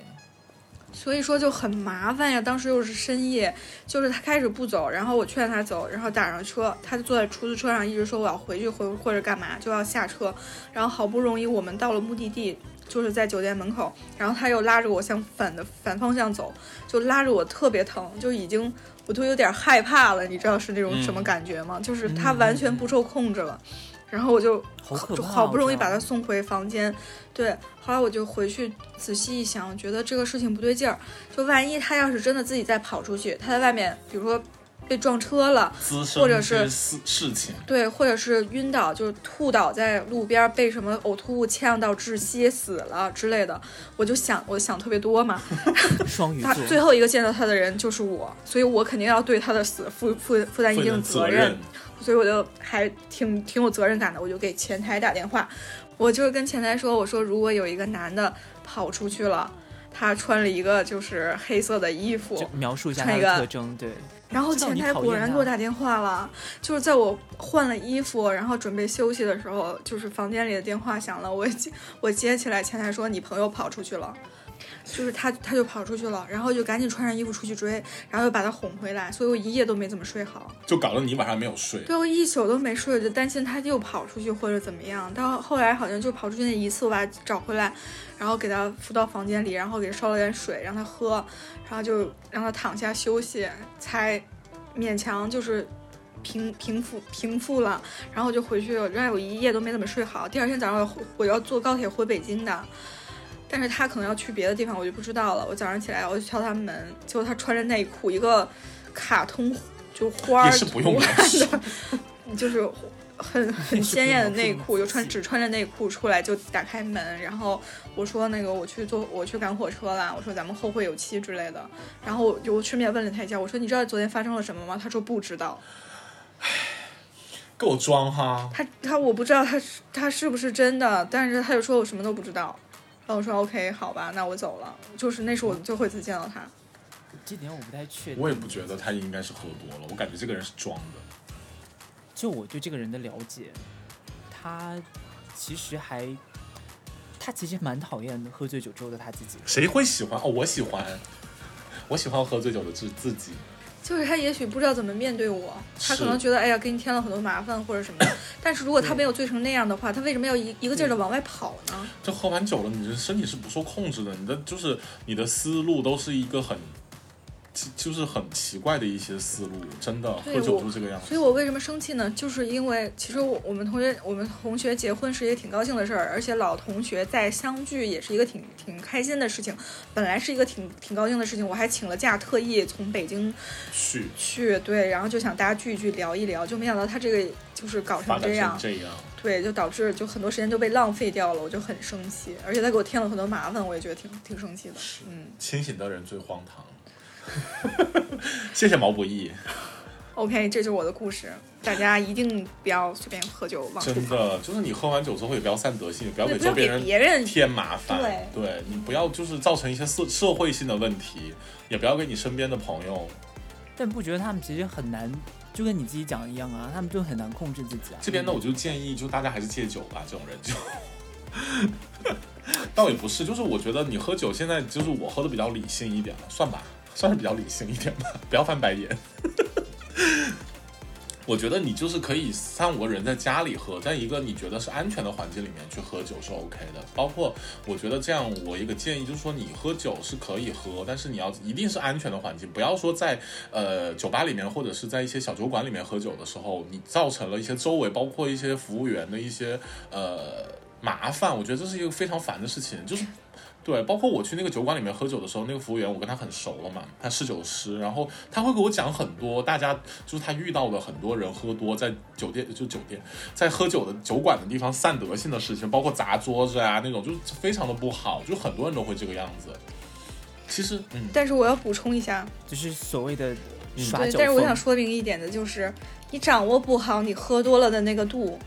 S1: 所以说就很麻烦呀。当时又是深夜，就是他开始不走，然后我劝他走，然后打上车，他就坐在出租车上一直说我要回去回或者干嘛，就要下车，然后好不容易我们到了目的地。就是在酒店门口，然后他又拉着我向反的反方向走，就拉着我特别疼，就已经我都有点害怕了，你知道是那种什么
S2: 嗯
S1: 感觉吗？就是他完全不受控制了，然后我就
S3: 好可
S1: 就
S3: 怕、啊，
S1: 好不容易
S3: 这样
S1: 把他送回房间。对，后来我就回去仔细一想，觉得这个事情不对劲儿。就万一他要是真的自己再跑出去，他在外面，比如说被撞车了，
S2: 滋生
S1: 或者是
S2: 之事事情，
S1: 对，或者是晕倒，就是吐倒在路边儿，被什么呕吐物呛到窒息死了之类的，我就想，我想特别多嘛。
S3: 双鱼
S1: 他
S3: 座，
S1: 最后一个见到他的人就是我，所以我肯定要对他的死负负负担一
S2: 负
S1: 定的
S2: 点
S1: 责
S2: 责
S1: 任。，所以我就还挺挺有责任感的，我就给前台打电话，我就是跟前台说，我说如果有一个男的跑出去了，他穿了一个就是黑色的衣服，
S3: 就描述一下
S1: 穿
S3: 它
S1: 一
S3: 的
S1: 个
S3: 特征，对，
S1: 然后
S3: 知道
S1: 前
S3: 你
S1: 台
S3: 讨
S1: 果
S3: 厌
S1: 然
S3: 他
S1: 给我打电话了，就是在我换了衣服，然后准备休息的时候，就是房间里的电话响了，我接我接起来，前台说你朋友跑出去了。就是他，他就跑出去了，然后就赶紧穿上衣服出去追，然后又把他哄回来，所以我一夜都没怎么睡好。
S2: 就搞得你晚上没有睡。
S1: 对我一宿都没睡，我就担心他又跑出去或者怎么样。到后来好像就跑出去那一次，我把他找回来，然后给他扶到房间里，然后给烧了点水让他喝，然后就让他躺下休息，才勉强就是平平复平复了。然后我就回去，我让我一夜都没怎么睡好。第二天早上我回我要坐高铁回北京的。但是他可能要去别的地方，我就不知道了。我早上起来我就敲他门，结果他穿着内裤，一个卡通就花儿
S2: 也是不用
S1: 图
S2: 描
S1: 案
S2: 述
S1: 的， (laughs) 就是很很鲜艳的内裤，就穿只穿着内裤出来就打开门，然后我说那个我去坐我去赶火车啦，我说咱们后会有期之类的，然后我就顺便问了他一下，我说你知道昨天发生了什么吗？他说不知道，
S2: 给我装哈！
S1: 他他我不知道他是他是不是真的，但是他就说我什么都不知道，然后我说 OK 好吧，那我走了，就是那是我最后一次见到他，
S3: 这点我不太确定。
S2: 我也不觉得他应该是喝多了，我感觉这个人是装的。
S3: 就我对这个人的了解，他其实还，他其实蛮讨厌喝醉酒之后的他自己。
S2: 谁会喜欢？哦，我喜欢，我喜欢喝醉酒的自自己。
S1: 就是他也许不知道怎么面对我，他
S2: 是
S1: 可能觉得哎呀给你添了很多麻烦或者什么的，但是如果他没有醉成那样的话，他为什么要一一个劲儿的往外跑呢？
S2: 就喝完酒了，你的身体是不受控制的，你的就是你的思路都是一个很，其就是很奇怪的一些思路，真的
S1: 对
S2: 喝酒
S1: 我
S2: 就是这个样子。
S1: 所以我为什么生气呢？就是因为其实我我们同学我们同学结婚是一个挺高兴的事儿，而且老同学再相聚也是一个挺挺开心的事情，本来是一个挺挺高兴的事情，我还请了假特意从北京
S2: 去
S1: 去，对，然后就想大家聚一聚聊一聊，就没想到他这个就是搞
S2: 发
S1: 成
S2: 展
S1: 这样
S2: 成，这样，
S1: 对，就导致就很多时间就被浪费掉了，我就很生气，而且他给我添了很多麻烦，我也觉得挺挺生气的。嗯
S2: 清醒的人最荒唐。 (laughs) 谢谢毛不易，
S1: ，OK，这就是我的故事，大家一定不要随便喝酒忘
S2: 真的就是你喝完酒之后也不要散德性，也不要
S1: 对，
S2: 给
S1: 不要
S2: 周
S1: 给
S2: 边人
S1: 别人
S2: 添麻烦。
S1: 对
S2: 你不要就是造成一些社社会性的问题，也不要给你身边的朋友。
S3: 但不觉得他们其实很难，就跟你自己讲的一样啊，他们就很难控制自己啊。
S2: 这边呢，我就建议，就大家还是戒酒吧，这种人就。倒也不是，就是我觉得你喝酒，现在就是我喝的比较理性一点了，算吧，算是比较理性一点吧，不要翻白眼。我觉得你就是可以三五个人在家里喝，在一个你觉得是安全的环境里面去喝酒是 OK 的。包括我觉得这样，我一个建议就是说，你喝酒是可以喝，但是你要一定是安全的环境，不要说在呃酒吧里面或者是在一些小酒馆里面喝酒的时候，你造成了一些周围包括一些服务员的一些呃麻烦。我觉得这是一个非常烦的事情，就是对，包括我去那个酒馆里面喝酒的时候，那个服务员我跟他很熟了嘛，他侍酒师，然后他会给我讲很多大家就是他遇到的很多人喝多在酒店就酒店在喝酒的酒馆的地方散德性的事情，包括砸桌子啊那种，就是非常的不好，就很多人都会这个样子。其实，嗯，
S1: 但是我要补充一下，
S3: 就是所谓的耍
S1: 对，
S3: 酒
S1: 但是我
S3: 疯
S1: 想说明一点的就是，你掌握不好你喝多了的那个度，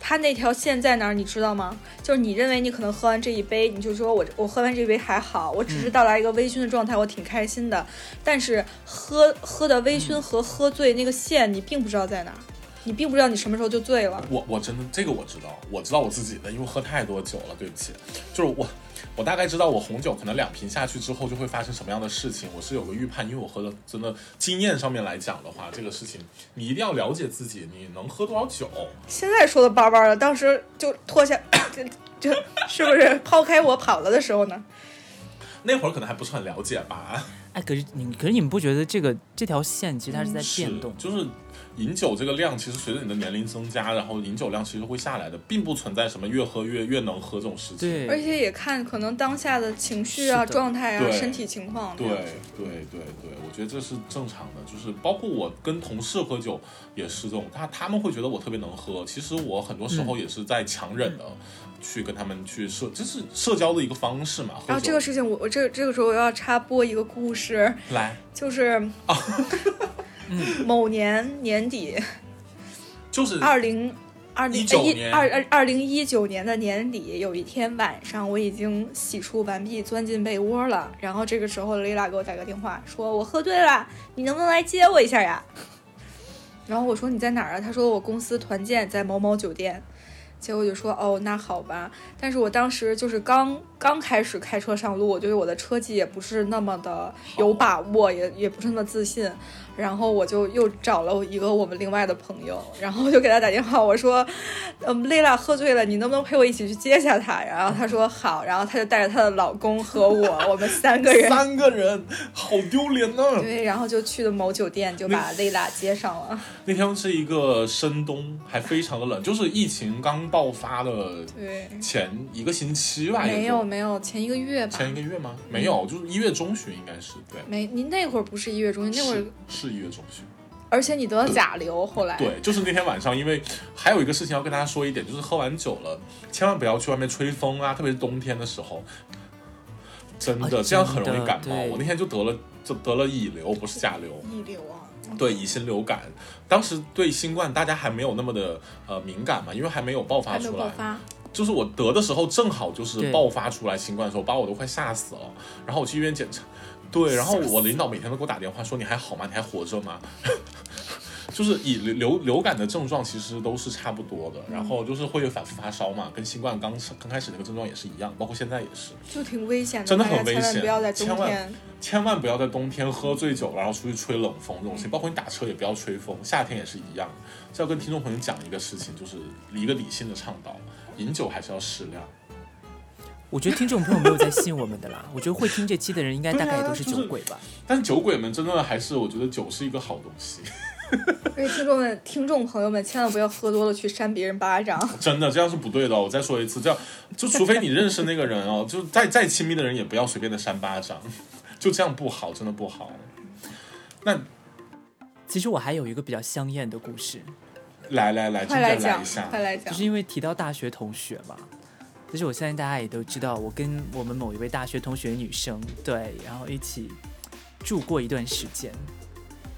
S1: 它那条线在哪儿，你知道吗？就是你认为你可能喝完这一杯，你就说我我喝完这一杯还好，我
S3: 嗯
S1: 只是到达一个微醺的状态，我挺开心的。但是喝喝的微醺和喝醉那个线，你并不知道在哪儿，你并不知道你什么时候就醉了。
S2: 我我真的这个我知道，我知道我自己的，因为喝太多酒了，对不起，就是我我大概知道我红酒可能两瓶下去之后就会发生什么样的事情，我是有个预判，因为我喝的真的经验上面来讲的话，这个事情你一定要了解自己，你能喝多少酒，
S1: 现在说的巴巴的，当 (coughs)
S3: (laughs)
S1: 时就脱下，就就是不是抛开我跑了的时候呢？
S2: 那会儿可能还不是很了解吧，
S3: 哎，可是你，可是你们不觉得这个这条线其实它是在变动？
S2: 嗯是就是饮酒这个量，其实随着你的年龄增加，然后饮酒量其实会下来的，并不存在什么越喝越越能喝这种事情。
S3: 对，
S1: 而且也看可能当下的情绪啊、
S3: 是的
S1: 状态啊、
S2: 对
S1: 身体情况。
S2: 对对对对，我觉得这是正常的，就是包括我跟同事喝酒也是这种，他他们会觉得我特别能喝，其实我很多时
S1: 嗯
S2: 候也是在强忍的、去跟他们去社，这是社交的一个方式嘛。喝
S1: 然后啊
S2: 酒
S1: 这个事情我，我这这个时候我要插播一个故事，
S2: 来，
S1: 就是 (laughs)
S3: 嗯，
S1: 某年年底，
S2: 就是
S1: 二零二零哎
S2: 19
S1: 一
S2: 年
S1: 二二二零一九年的年底，有一天晚上，我已经洗漱完毕，钻进被窝了。然后这个时候，雷拉给我打个电话，说我喝醉了，你能不能来接我一下呀？然后我说你在哪儿啊？他说我公司团建在某某酒店。结果就说哦，那好吧。但是我当时就是刚刚开始开车上路，我对我的车技也不是那么的有把握，也也不是那么自信。然后我就又找了一个我们另外的朋友，然后我就给他打电话，我说，嗯，蕾拉喝醉了，你能不能陪我一起去接下她？然后她说好，然后她就带着她的老公和我，我们三个人，
S2: (laughs) 三个人，好丢脸呢、
S1: 对，然后就去的某酒店，就把蕾拉接上了。
S2: 那天是一个深冬，还非常的冷，就是疫情刚爆发的
S1: 对，
S2: 前一个星期吧，
S1: 没
S2: 也就
S1: 有没有，前一个月吧，
S2: 前一个月吗？没有，就是一月中旬应该是对，
S1: 没，你那会儿不是一月中旬，那会儿
S2: 是，是一月中旬。
S1: 而且你得了甲流，后来，
S2: 对，就是那天晚上，因为还有一个事情要跟大家说一点，就是喝完酒了，千万不要去外面吹风啊，特别是冬天的时候，真的、
S1: 哦
S3: 啊
S2: 这样很容易感
S3: 真
S2: 冒。
S3: 的对
S2: 我那天就得了，就得了乙流，不是甲流。
S1: 逆流啊，
S2: 对乙型流感，当时对新冠大家还没有那么的呃敏感嘛，因为还没有爆发
S1: 还没有
S2: 出
S1: 爆
S2: 来。
S1: 发，
S2: 就是我得的时候正好就是
S3: 对
S2: 爆发出来新冠的时候，把我都快吓死了。然后我去医院检查，对，然后我领导每天都给我打电话说你还好吗？你还活着吗？ (laughs) 就是以流流流感的症状其实都是差不多的，然后就是会有反复发烧嘛，跟新冠刚刚开始那个症状也是一样，包括现在也是。
S1: 就挺危险的，
S2: 真的
S1: 大家
S2: 很危
S1: 千万
S2: 险
S1: 不要在冬
S2: 千万
S1: 天。
S2: 千万不要在冬天喝醉酒，然后出去吹冷风这种事情，包括你打车也不要吹风，夏天也是一样。这要跟听众朋友讲一个事情，就是一个理性的倡导，饮酒还是要适量。
S3: 我觉得听众朋友没有在信我们的啦。我觉得会听这期的人应该大概也都是
S2: 对啊就是
S3: 酒鬼吧。
S2: 但是酒鬼们真的还是，我觉得酒是一个好东西， (laughs)
S1: 而且听众们、听众朋友们，千万不要喝多了去扇别人巴掌。
S2: 真的这样是不对的哦、我再说一次，这样就除非你认识那个人哦，就再再亲密的人也不要随便的扇巴掌， (laughs) 就这样不好，真的不好。那
S3: 其实我还有一个比较香艳的故事，
S2: 来来来，
S1: 快
S2: 真
S1: 来
S2: 的来
S1: 讲
S2: 一下，，
S1: 快来
S3: 就
S1: 讲。
S3: 是因为提到大学同学嘛。其实我相信大家也都知道，我跟我们某一位大学同学女生对，然后一起住过一段时间。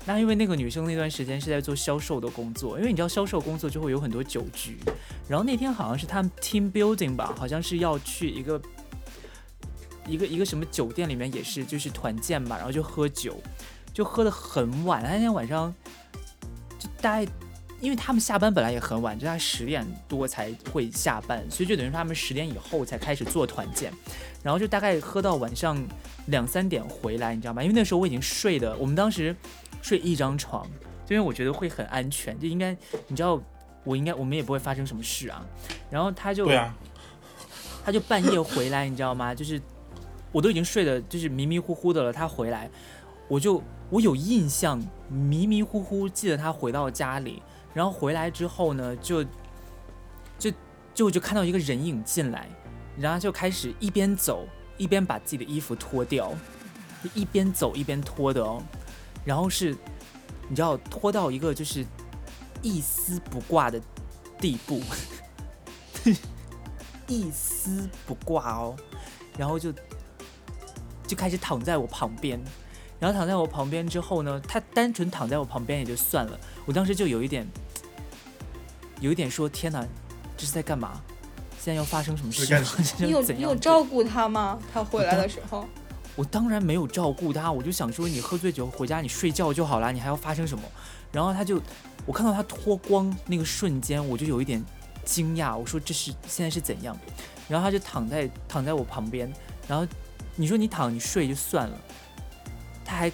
S3: 那因为那个女生那段时间是在做销售的工作，因为你知道销售工作就会有很多酒局，然后那天好像是他们 team building 吧，好像是要去一个一个一个什么酒店里面也是就是团建嘛，然后就喝酒，就喝得很晚，那天晚上就大概。因为他们下班本来也很晚，就大概十点多才会下班，所以就等于说他们十点以后才开始做团建，然后就大概喝到晚上两三点回来，你知道吗？因为那时候我已经睡的，我们当时睡一张床，就因为我觉得会很安全，就应该你知道，我应该我们也不会发生什么事啊。然后他就
S2: 对啊，
S3: 他就半夜回来，你知道吗？就是我都已经睡得就是迷迷糊糊的了，他回来，我就我有印象，迷迷糊糊记得他回到家里，然后回来之后呢，就就就我就看到一个人影进来，然后就开始一边走一边把自己的衣服脱掉，就一边走一边脱的哦，然后是你知道脱到一个就是一丝不挂的地步。 (laughs) 一丝不挂哦，然后就就开始躺在我旁边，然后躺在我旁边之后呢，他单纯躺在我旁边也就算了，我当时就有一点，有一点说天哪，这是在干嘛？现在要发生什么
S2: 是
S3: 事 (laughs)
S2: 干
S3: 吗？这
S1: 你有
S3: 是怎
S1: 你有
S3: 样？
S1: 照顾他吗？他回来的时
S3: (laughs)
S1: 候，
S3: 我当然没有照顾他，我就想说你喝醉酒回家你睡觉就好了，你还要发生什么？然后他就，我看到他脱光那个瞬间，我就有一点惊讶，我说这是现在是怎样？然后他就躺在躺在我旁边，然后你说你躺你睡就算了，他还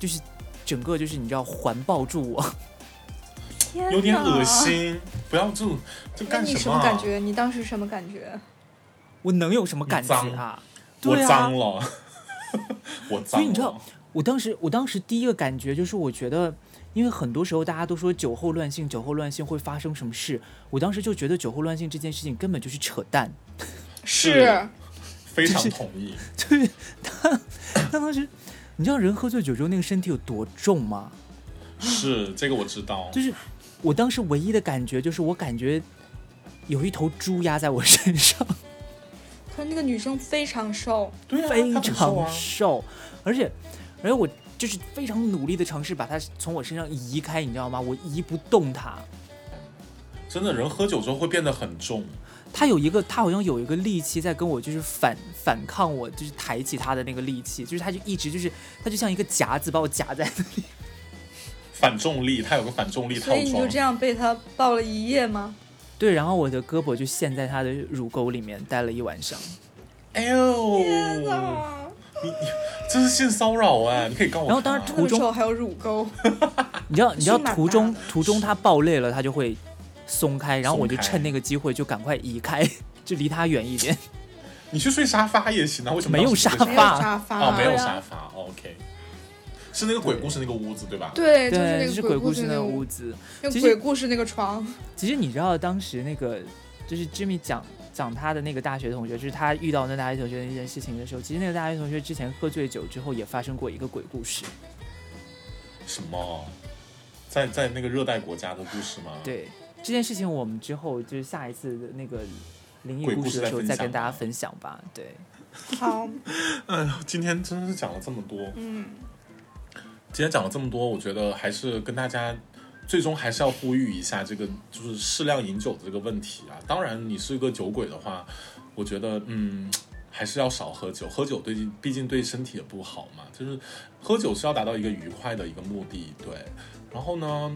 S3: 就是整个就是你知道环抱住我， (laughs)
S1: 天
S2: 有点
S1: 哪
S2: 恶。心，不要这种这
S1: 那
S2: 干
S1: 你什
S2: 么、啊？
S1: 么感觉？你当时什么感觉？
S3: 我能有什么感觉啊？
S2: 我
S3: 对啊
S2: 脏，了， (laughs) 我
S3: 所
S2: 脏
S3: 以你知道
S2: 了，
S3: 我当时我当时第一个感觉就是，我觉得，因为很多时候大家都说酒后乱性，酒后乱性会发生什么事，我当时就觉得酒后乱性这件事情根本就是扯淡。 (laughs)
S1: 是
S2: 非常
S3: 就是
S2: 同意。
S3: 对他，他当时，你知道人喝醉酒之后那个身体有多重吗？
S1: (laughs)
S2: 是这个我知道，
S3: 就是我当时唯一的感觉就是，我感觉有一头猪压在我身上，
S2: (laughs)
S1: 可是那个女生非常瘦，
S2: 对啊，
S3: 非
S2: 他不瘦
S3: 常
S2: 啊，
S3: 瘦，而且，而且我就是非常努力的尝试把它从我身上移开，你知道吗？我移不动它。
S2: 真的人喝酒之后会变得很重，
S3: 他有一个，他好像有一个力气在跟我，就是反反抗我，就是抬起他的那个力气，就是他就一直就是，他就像一个夹子把我夹在那 (laughs) 里。
S2: 反重力，它有个反重力套
S1: 所以你就
S2: 装
S1: 这。样被她抱了一夜吗？
S3: 对，然后我的胳膊就陷在他的乳沟里面待了一晚上。
S2: 哎呦，
S1: 天哪！
S2: 你你这是性骚扰哎、你可以告我。
S3: 然后当然
S1: 那
S3: 途
S1: 个时
S3: 中
S1: 候还有乳沟，
S3: (laughs) 你知道，你知道
S1: 是蛮
S3: 途中
S1: 大
S3: 途中他爆累了，他就会松开，然后我就
S2: 松开
S3: 趁那个机会就赶快移开， (laughs) 就离他远一点。
S2: 你去睡沙发也行啊，为什么
S3: 没有
S2: 当时睡
S3: 沙
S1: 没有
S3: 发
S1: 沙发，
S2: 哦，没有
S1: 对啊
S2: 沙发、o k 是那个鬼故事那个屋子对吧？
S1: 对，哎就是
S3: (laughs)
S1: 那
S3: 对，就
S1: 个
S3: 是鬼
S1: 故
S3: 故事
S1: 那
S3: 那
S1: 个
S3: 个屋子。
S1: 用
S3: 其实
S1: 鬼故事那个床，
S3: 其实你知道，当时那个就是 Jimmy 讲讲他的那个大学同学，就是他遇到那大学同学的那件事情的时候，其实那个大学同学之前喝醉酒之后也发生过一个鬼故事。
S2: 什么？在在那个热带国家的故事吗？，
S3: 对这件事情，我们之后就是下一次的那个灵异
S2: 鬼
S3: 故
S2: 故
S3: 事
S2: 事
S3: 的时候
S2: 再分
S3: 再
S2: 享
S3: 跟大家
S2: 吧
S3: 分享吧。对，
S1: 好，
S2: 哎呦，今天真的是讲了这么多，
S1: 嗯，
S2: 今天讲了这么多，我觉得还是跟大家。最终还是要呼吁一下这个就是适量饮酒的这个问题啊。当然，你是个酒鬼的话，我觉得嗯，还是要少喝酒。喝酒对毕竟对身体也不好嘛。就是喝酒是要达到一个愉快的一个目的，对。然后呢，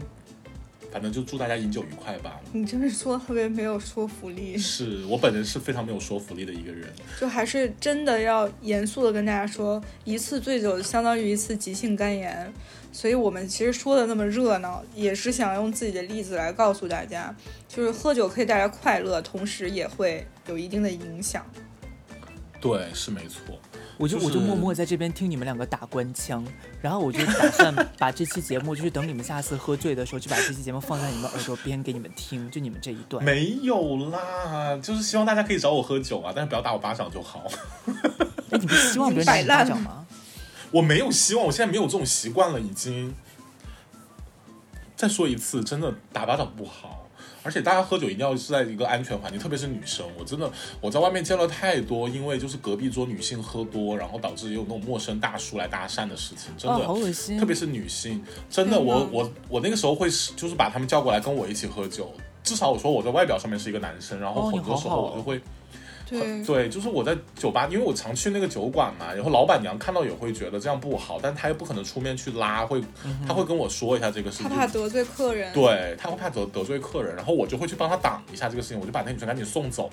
S2: 反正就祝大家饮酒愉快吧。
S1: 你真是说得特别没有说服力，
S2: 是我本人是非常没有说服力的一个人，
S1: 就还是真的要严肃的跟大家说，一次醉酒相当于一次急性肝炎，所以我们其实说的那么热闹，也是想用自己的例子来告诉大家，就是喝酒可以带来快乐，同时也会有一定的影响。
S2: 对，是没错。
S3: 我就
S2: 就
S3: 我就默
S2: 是
S3: 默在这边听你们两个打官腔，然后我就打算把这期节目，就是等你们下次喝醉的时候，就把这期节目放在你们耳朵边给你们听，就你们这一段。
S2: 没有啦，就是希望大家可以找我喝酒啊，但是不要打我巴掌就好。
S3: 哎，你不是希望别人打 (laughs) 你
S1: 摆
S3: 巴
S1: 烂
S3: 掌吗？
S2: 我没有希望，我现在没有这种习惯了，已经。再说一次，真的打巴掌不好，而且大家喝酒一定要是在一个安全环境，特别是女生。我真的我在外面见了太多，因为就是隔壁桌女性喝多，然后导致也有那种陌生大叔来搭讪的事情，真的、
S3: 哦，好嗯恶心！
S2: 特别是女性，真的，
S1: 天哪
S2: 我我我那个时候会是就是把他们叫过来跟我一起喝酒，至少我说我在外表上面是一个男生，然后
S3: 哦你
S2: 很多时
S3: 好好
S2: 候我就会、
S1: 对，
S2: 对，就是我在酒吧，因为我常去那个酒馆嘛，然后老板娘看到也会觉得这样不好，但她又不可能出面去拉，会她会跟我说一下这个事
S1: 怕
S2: 情，
S1: 怕得罪客人，
S2: 对，她会怕得得罪客人，然后我就会去帮她挡一下这个事情，我就把那女生赶紧送走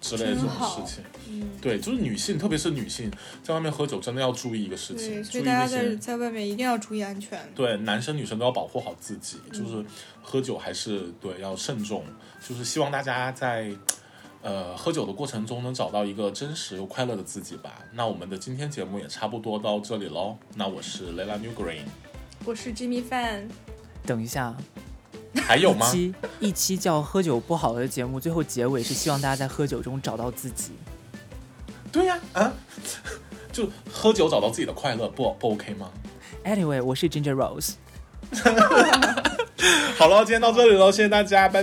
S2: 之类的这
S1: 真
S2: 种
S1: 好
S2: 事情。
S1: 嗯。
S2: 对，就是女性，特别是女性在外面喝酒，真的要注意一个事
S1: 对，
S2: 情，
S1: 所
S2: 注
S1: 以
S2: 意
S1: 大家
S2: 那
S1: 在
S2: 些。
S1: 在外面一定要注意安全。
S2: 对，男生女生都要保护好自己，
S1: 嗯
S2: 就是喝酒还是对要慎重，就是希望大家在呃喝酒的过程中能找到一个真实又快乐的自己吧。那我们的今天节目也差不多到这里喽。那我是 Lela New Green，
S1: 我是 Jimmy Fan，
S3: 等一下，
S2: 还有吗
S3: 一？期一期叫“喝酒不好”的节目，最后结尾是希望大家在喝酒中找到自己。
S2: (laughs) 对呀、啊， (laughs) 就喝酒找到自己的快乐，不不 OK 吗？ (laughs)
S3: Anyway，我是 Ginger Rose。
S2: 好了，今天到这里喽，谢谢大家，拜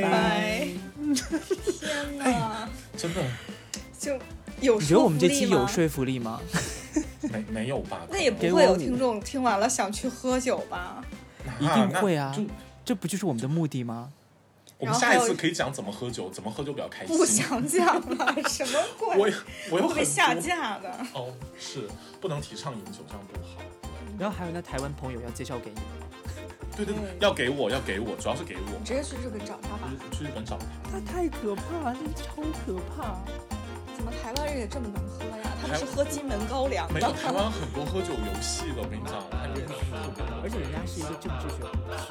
S1: 拜。拜。天哪，
S2: 真的
S1: 就有
S3: 你觉得我们这
S1: 说
S3: 期
S1: 服力吗
S3: 有说服力吗？
S2: 没没有吧？
S1: 那也不会有听众听完了想去喝酒
S2: (laughs)
S1: 吧？
S3: 一定会啊
S2: 那就
S3: 这不就是我们的目的吗？
S2: 我
S1: 然
S2: 们
S1: 后
S2: 下
S1: 还
S2: 一
S1: 有
S2: 次可以讲怎么喝酒，怎么喝酒比较开心。
S1: 不想讲
S2: (laughs)
S1: 了，什么
S2: 我
S1: 鬼
S2: 有？我有
S1: 会被
S2: 很
S1: 下
S2: 多
S1: 架的。
S2: 哦，是不能提倡饮酒，这样不好。
S3: 然后还有那台湾朋友要介绍给你们，
S2: 对对对
S1: 嗯，
S2: 要给我，要给我，主要是给我
S1: 你。直接去日本找他吧。
S2: 去去日本找他，
S3: 那太可怕，这超可怕。
S1: 怎么台湾人也这么能喝呀？他们是喝金门高粱 (laughs)
S2: 没有台
S1: 的。
S2: 湾很多喝酒游戏的，我跟你讲，我看电视，
S3: 而且人家是一个政治学博士。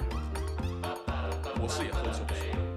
S2: 我是也喝酒的。